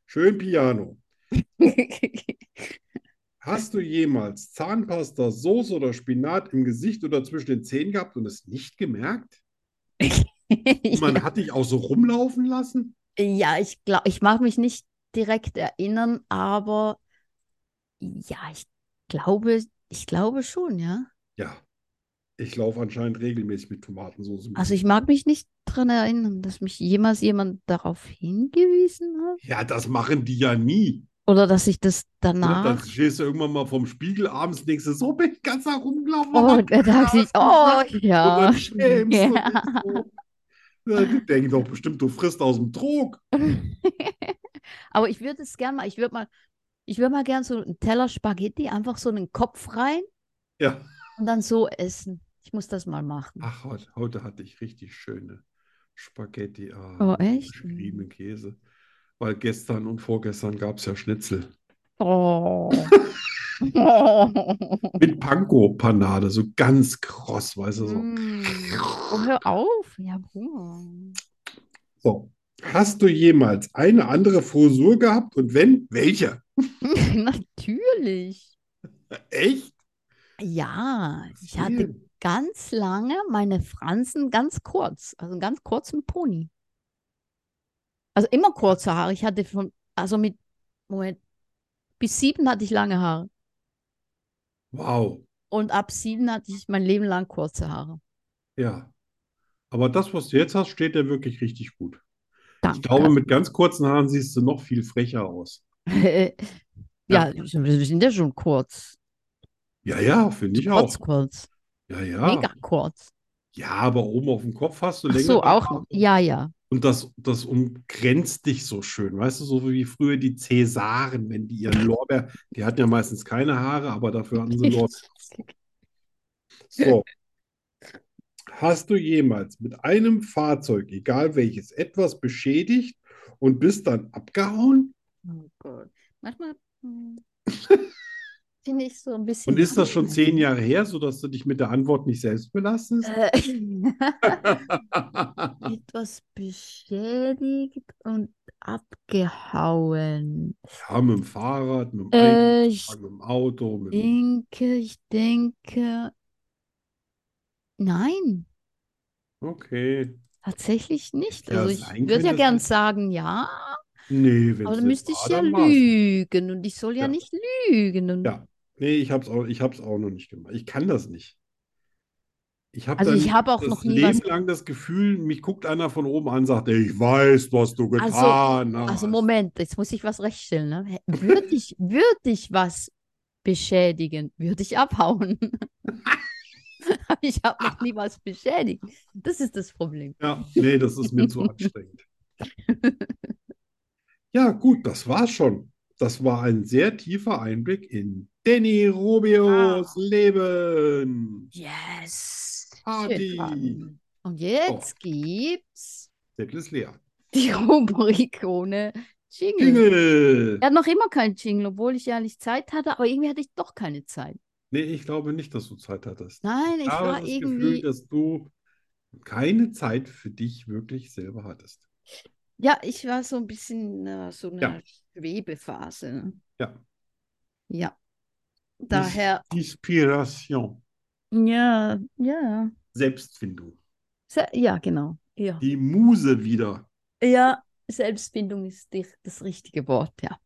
[SPEAKER 2] Schön Piano. Hast du jemals Zahnpasta, Soße oder Spinat im Gesicht oder zwischen den Zähnen gehabt und es nicht gemerkt? Und man hat dich auch so rumlaufen lassen?
[SPEAKER 1] Ja, ich glaube, ich mag mich nicht direkt erinnern, aber ja, ich glaube, ich glaube schon, ja.
[SPEAKER 2] Ja. Ich laufe anscheinend regelmäßig mit Tomatensauce. im
[SPEAKER 1] Also ich mag mich nicht daran erinnern, dass mich jemals jemand darauf hingewiesen hat.
[SPEAKER 2] Gesicht. ja, das machen die ja nie.
[SPEAKER 1] Oder dass ich das
[SPEAKER 2] Ne? Dann
[SPEAKER 1] danach.
[SPEAKER 2] stehst du irgendwann mal vom Spiegel abends denkst du, so bin ich ganz da rumgelaufen.
[SPEAKER 1] Oh,
[SPEAKER 2] hab
[SPEAKER 1] da dachte ich, oh
[SPEAKER 2] Spaß Und
[SPEAKER 1] ja.
[SPEAKER 2] dann schämst du
[SPEAKER 1] Ja.
[SPEAKER 2] dich so. Ja, die denken doch bestimmt, du frisst aus dem Trog.
[SPEAKER 1] Aber ich würde es gern mal, ich würde mal, ich würde mal gern so einen Teller Spaghetti, einfach so einen Kopf rein
[SPEAKER 2] Ja.
[SPEAKER 1] und dann so essen. Ich muss das mal machen.
[SPEAKER 2] Ach, heute, heute hatte ich richtig schöne Spaghetti.
[SPEAKER 1] Oh,
[SPEAKER 2] Ah,
[SPEAKER 1] echt?
[SPEAKER 2] geschriebenen Käse. Weil gestern und vorgestern gab es ja Schnitzel.
[SPEAKER 1] Oh. oh.
[SPEAKER 2] Mit Panko-Panade, so ganz kross, weißt du, so.
[SPEAKER 1] Mm. Oh, hör auf. Ja, hm. Hunger.
[SPEAKER 2] So. Hast du jemals eine andere Frisur gehabt und wenn, welche?
[SPEAKER 1] Natürlich.
[SPEAKER 2] Echt?
[SPEAKER 1] Ja, ich hatte
[SPEAKER 2] Erzähl.
[SPEAKER 1] ganz lange meine Fransen ganz kurz, also einen ganz kurzen Pony. Also immer kurze Haare. Ich hatte von, also mit, Moment, bis sieben hatte ich lange Haare.
[SPEAKER 2] Wow.
[SPEAKER 1] Und ab sieben hatte ich mein Leben lang kurze Haare.
[SPEAKER 2] Ja. Aber das, was du jetzt hast, steht dir wirklich richtig gut.
[SPEAKER 1] Danke.
[SPEAKER 2] Ich glaube, mit ganz kurzen Haaren siehst du noch viel frecher aus.
[SPEAKER 1] Ja, wir sind- wir sind ja schon kurz.
[SPEAKER 2] Ja, ja, finde ich auch.
[SPEAKER 1] Kurz, kurz.
[SPEAKER 2] Ja, ja.
[SPEAKER 1] Mega kurz.
[SPEAKER 2] Ja, aber oben auf dem Kopf hast du
[SPEAKER 1] Ach
[SPEAKER 2] längere
[SPEAKER 1] so, auch
[SPEAKER 2] Haare.
[SPEAKER 1] noch. Ja, ja.
[SPEAKER 2] Und das, das umgrenzt dich so schön, weißt du, so wie früher die Cäsaren, wenn die ihren Lorbeer, die hatten ja meistens keine Haare, aber dafür hatten sie Lorbeer. So. Hast du jemals mit einem Fahrzeug, egal welches, etwas beschädigt und bist dann abgehauen?
[SPEAKER 1] Oh Gott. Manchmal hm, finde ich so ein bisschen.
[SPEAKER 2] Und ist das schon zehn Jahre her, sodass du dich mit der Antwort nicht selbst belastest?
[SPEAKER 1] Äh, etwas beschädigt und abgehauen.
[SPEAKER 2] Ja, mit dem Fahrrad, mit dem
[SPEAKER 1] Äh, ich
[SPEAKER 2] Eigenwagen, mit dem Auto, mit dem
[SPEAKER 1] denke, ich denke. Nein,
[SPEAKER 2] Okay.
[SPEAKER 1] tatsächlich nicht.
[SPEAKER 2] Ja,
[SPEAKER 1] Also ich
[SPEAKER 2] sein
[SPEAKER 1] würde ja
[SPEAKER 2] könnte
[SPEAKER 1] gern
[SPEAKER 2] sein.
[SPEAKER 1] sagen, ja,
[SPEAKER 2] Nee, wenn
[SPEAKER 1] aber
[SPEAKER 2] es
[SPEAKER 1] dann
[SPEAKER 2] jetzt
[SPEAKER 1] müsste ich
[SPEAKER 2] war,
[SPEAKER 1] ja
[SPEAKER 2] dann war's.
[SPEAKER 1] lügen und ich soll ja
[SPEAKER 2] Ja.
[SPEAKER 1] nicht lügen. Und
[SPEAKER 2] Ja. Nee, ich hab's auch, ich hab's auch noch nicht gemacht. Ich kann das nicht. Ich habe
[SPEAKER 1] Also
[SPEAKER 2] dann
[SPEAKER 1] ich habe auch
[SPEAKER 2] das
[SPEAKER 1] noch nie was-
[SPEAKER 2] Leben lang das Gefühl, mich guckt einer von oben an und sagt, ich weiß, was du
[SPEAKER 1] Also-
[SPEAKER 2] getan
[SPEAKER 1] Also
[SPEAKER 2] hast.
[SPEAKER 1] Moment, jetzt muss ich was rechtstellen. Ne? Hä, Würde ich, würde ich was beschädigen, würde ich abhauen. Aber ich habe noch nie was beschädigt. Das ist das Problem.
[SPEAKER 2] Ja, nee, das ist mir zu anstrengend. Ja, gut, das war's schon. Das war ein sehr tiefer Einblick in Danny
[SPEAKER 1] Ah.
[SPEAKER 2] Rubios Leben.
[SPEAKER 1] Yes.
[SPEAKER 2] Party.
[SPEAKER 1] Schön, Mann. Und jetzt gibt's
[SPEAKER 2] Zettel ist leer.
[SPEAKER 1] die Rubrik ohne Jingle.
[SPEAKER 2] Jingle!
[SPEAKER 1] Er hat noch immer keinen Jingle, obwohl ich ja nicht Zeit hatte, aber irgendwie hatte ich doch keine Zeit.
[SPEAKER 2] Nee, ich glaube nicht, dass du Zeit hattest.
[SPEAKER 1] Nein, ich
[SPEAKER 2] Ich habe
[SPEAKER 1] war
[SPEAKER 2] das Gefühl,
[SPEAKER 1] irgendwie.
[SPEAKER 2] dass du keine Zeit für dich wirklich selber hattest.
[SPEAKER 1] Ja, ich war so ein bisschen äh, so eine Schwebephase. ne?
[SPEAKER 2] Ja.
[SPEAKER 1] Ja. Daher,
[SPEAKER 2] Inspiration,
[SPEAKER 1] ja, ja.
[SPEAKER 2] Selbstfindung,
[SPEAKER 1] Se ja, genau. Ja.
[SPEAKER 2] die Muse wieder.
[SPEAKER 1] ja, Selbstfindung ist die, das richtige Wort, ja.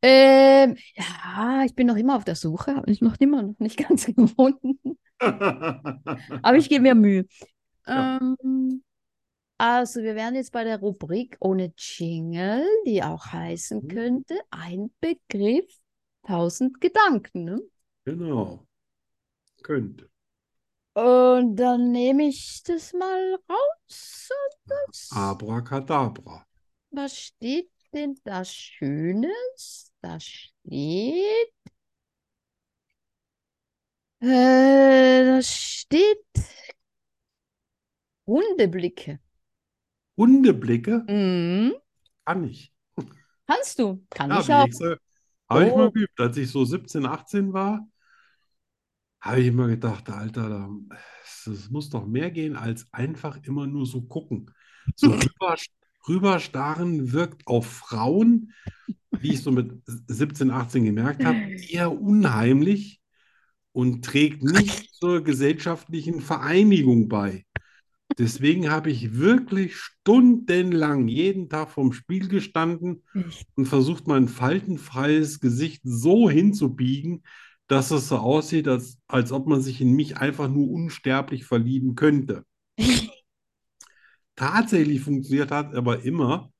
[SPEAKER 1] Ähm, ja, ich bin noch immer auf der Suche, habe ich noch immer noch nicht ganz gefunden. Aber ich gebe mir Mühe.
[SPEAKER 2] Ja.
[SPEAKER 1] Ähm, also, wir wären jetzt bei der Rubrik ohne Jingle, die auch heißen
[SPEAKER 2] Mhm.
[SPEAKER 1] könnte, ein Begriff, tausend Gedanken. Ne?
[SPEAKER 2] Genau. Könnte.
[SPEAKER 1] Und dann nehme ich das mal raus. Und das,
[SPEAKER 2] Abracadabra.
[SPEAKER 1] was steht denn da Schönes? Da steht. Äh, da steht Hundeblicke.
[SPEAKER 2] Hundeblicke
[SPEAKER 1] Mhm.
[SPEAKER 2] kann ich.
[SPEAKER 1] Kannst du? Kann
[SPEAKER 2] Ja,
[SPEAKER 1] ich auch.
[SPEAKER 2] wenigstens habe ich mal
[SPEAKER 1] Oh.
[SPEAKER 2] geübt. Als ich so 17, 18 war, habe ich immer gedacht, Alter, da, es muss doch mehr gehen als einfach immer nur so gucken. So rüber, rüberstarren wirkt auf Frauen wie ich so mit 17, 18 gemerkt habe, eher unheimlich und trägt nicht zur gesellschaftlichen Vereinigung bei. Deswegen habe ich wirklich stundenlang jeden Tag vorm Spiel gestanden und versucht, mein faltenfreies Gesicht so hinzubiegen, dass es so aussieht, als, als ob man sich in mich einfach nur unsterblich verlieben könnte. Tatsächlich funktioniert hat aber immer,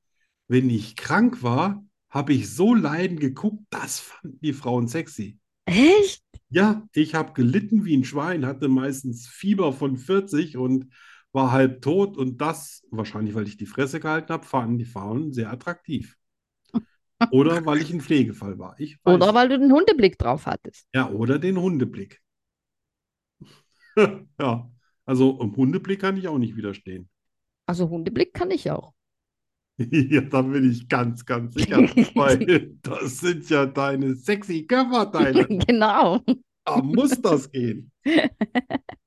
[SPEAKER 2] wenn ich krank war, habe ich so leiden geguckt, das fanden die Frauen sexy.
[SPEAKER 1] Echt?
[SPEAKER 2] Ja, ich habe gelitten wie ein Schwein, hatte meistens Fieber von 40 und war halb tot und das, wahrscheinlich weil ich die Fresse gehalten habe, fanden die Frauen sehr attraktiv. Oder weil ich ein Pflegefall war. Ich weiß
[SPEAKER 1] Oder weil du den Hundeblick drauf hattest.
[SPEAKER 2] Ja, oder den Hundeblick. ja, also im Hundeblick kann ich auch nicht widerstehen.
[SPEAKER 1] Also Hundeblick kann ich auch.
[SPEAKER 2] Ja, da bin ich ganz, ganz sicher, weil das sind ja deine sexy Körperteile.
[SPEAKER 1] genau.
[SPEAKER 2] Da muss das gehen.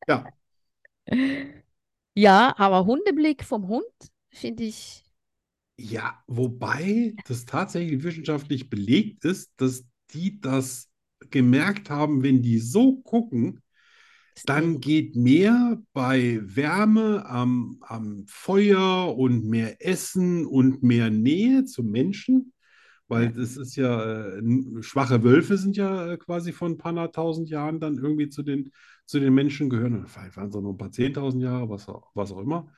[SPEAKER 2] Ja,
[SPEAKER 1] Ja, aber Hundeblick vom Hund finde ich.
[SPEAKER 2] ja, wobei das tatsächlich wissenschaftlich belegt ist, dass die das gemerkt haben, wenn die so gucken, dann geht mehr bei Wärme am, am Feuer und mehr Essen und mehr Nähe zu Menschen, weil das ist ja, äh, n- schwache Wölfe sind ja äh, quasi von ein paar hunderttausend Jahren dann irgendwie zu den, zu den Menschen gehören, oder vielleicht waren es auch nur ein paar zehntausend Jahre, was, auch- was auch immer.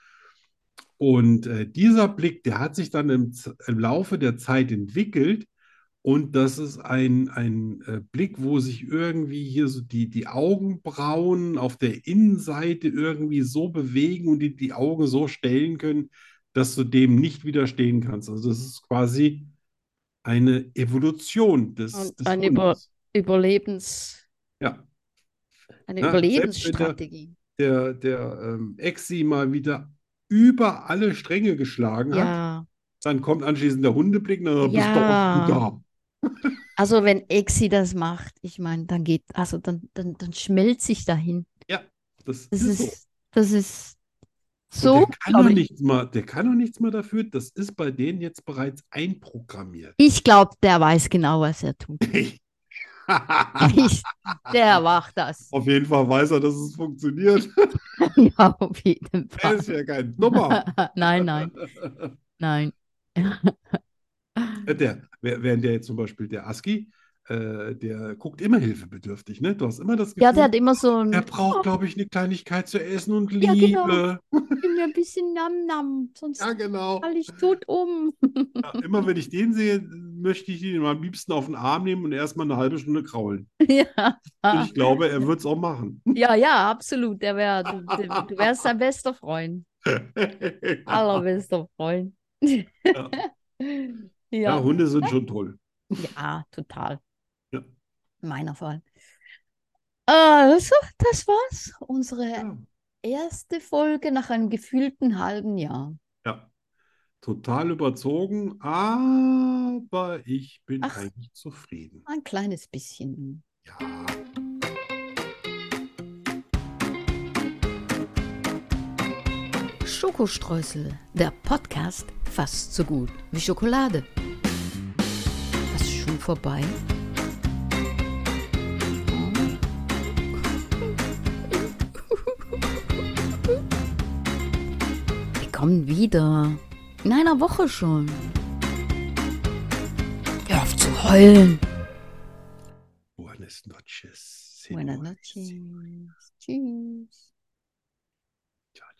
[SPEAKER 2] Und äh, dieser Blick, der hat sich dann im, Z- im Laufe der Zeit entwickelt. Und das ist ein, ein äh, Blick, wo sich irgendwie hier so die, die Augenbrauen auf der Innenseite irgendwie so bewegen und die, die Augen so stellen können, dass du dem nicht widerstehen kannst. Also das ist quasi eine Evolution des,
[SPEAKER 1] Ein-
[SPEAKER 2] des
[SPEAKER 1] ein Über-
[SPEAKER 2] Hundes.
[SPEAKER 1] Überlebens,
[SPEAKER 2] Ja,
[SPEAKER 1] eine
[SPEAKER 2] Ja, selbst wenn der-
[SPEAKER 1] Überlebensstrategie.
[SPEAKER 2] der, der ähm, Exi mal wieder über alle Stränge geschlagen hat.
[SPEAKER 1] Ja.
[SPEAKER 2] Dann kommt anschließend der Hundeblick, na, bist doch
[SPEAKER 1] Ja.
[SPEAKER 2] du da.
[SPEAKER 1] Also wenn Exi das macht, ich meine, dann geht, also dann, dann, dann schmelzt sich dahin.
[SPEAKER 2] Das
[SPEAKER 1] Das
[SPEAKER 2] ist so.
[SPEAKER 1] ist, das ist
[SPEAKER 2] Und
[SPEAKER 1] so,
[SPEAKER 2] der kann doch
[SPEAKER 1] glaube ich.
[SPEAKER 2] nichts mehr, der kann doch nichts mehr dafür. Das ist bei denen jetzt bereits einprogrammiert.
[SPEAKER 1] Ich glaube, der weiß genau, was er tut. Ich, der macht das.
[SPEAKER 2] Auf jeden Fall weiß er, dass es funktioniert.
[SPEAKER 1] Ja, auf jeden
[SPEAKER 2] Er
[SPEAKER 1] Fall.
[SPEAKER 2] ist ja kein Dummer.
[SPEAKER 1] Nein, nein, nein.
[SPEAKER 2] Äh, Der, wer- während der jetzt zum Beispiel der ASCII, äh, der guckt immer hilfebedürftig, ne? Du hast immer das Gefühl,
[SPEAKER 1] Ja, der hat immer so ein,
[SPEAKER 2] er braucht, glaube ich, eine Kleinigkeit zu essen und
[SPEAKER 1] Ja, genau.
[SPEAKER 2] Liebe.
[SPEAKER 1] gib mir ein bisschen Nam-Nam, sonst
[SPEAKER 2] Ja, genau.
[SPEAKER 1] fall ich tot um.
[SPEAKER 2] Ja, immer wenn ich den sehe, möchte ich ihn am liebsten auf den Arm nehmen und erstmal eine halbe Stunde kraulen.
[SPEAKER 1] Ja,
[SPEAKER 2] Und ich glaube, er wird es auch machen.
[SPEAKER 1] ja, ja, absolut. Der wär, du, du du wärst sein bester Freund, Ah, allerbester Freund.
[SPEAKER 2] Ja. Ja,
[SPEAKER 1] Ja,
[SPEAKER 2] Hunde sind schon toll.
[SPEAKER 1] ja, total.
[SPEAKER 2] Ja.
[SPEAKER 1] Meiner Fall. Also, das war's. Unsere
[SPEAKER 2] Ja.
[SPEAKER 1] erste Folge nach einem gefühlten halben Jahr.
[SPEAKER 2] Ja. Total überzogen, aber ich bin
[SPEAKER 1] Ach.
[SPEAKER 2] eigentlich zufrieden.
[SPEAKER 1] Ein kleines bisschen.
[SPEAKER 2] Ja.
[SPEAKER 3] Schokostreusel, der Podcast fast so gut wie Schokolade. Was schon vorbei? Wir kommen wieder. In einer Woche schon. Hör auf zu heulen.
[SPEAKER 2] Buenas noches,
[SPEAKER 1] Buenas
[SPEAKER 2] señores.
[SPEAKER 1] noches. Tschüss.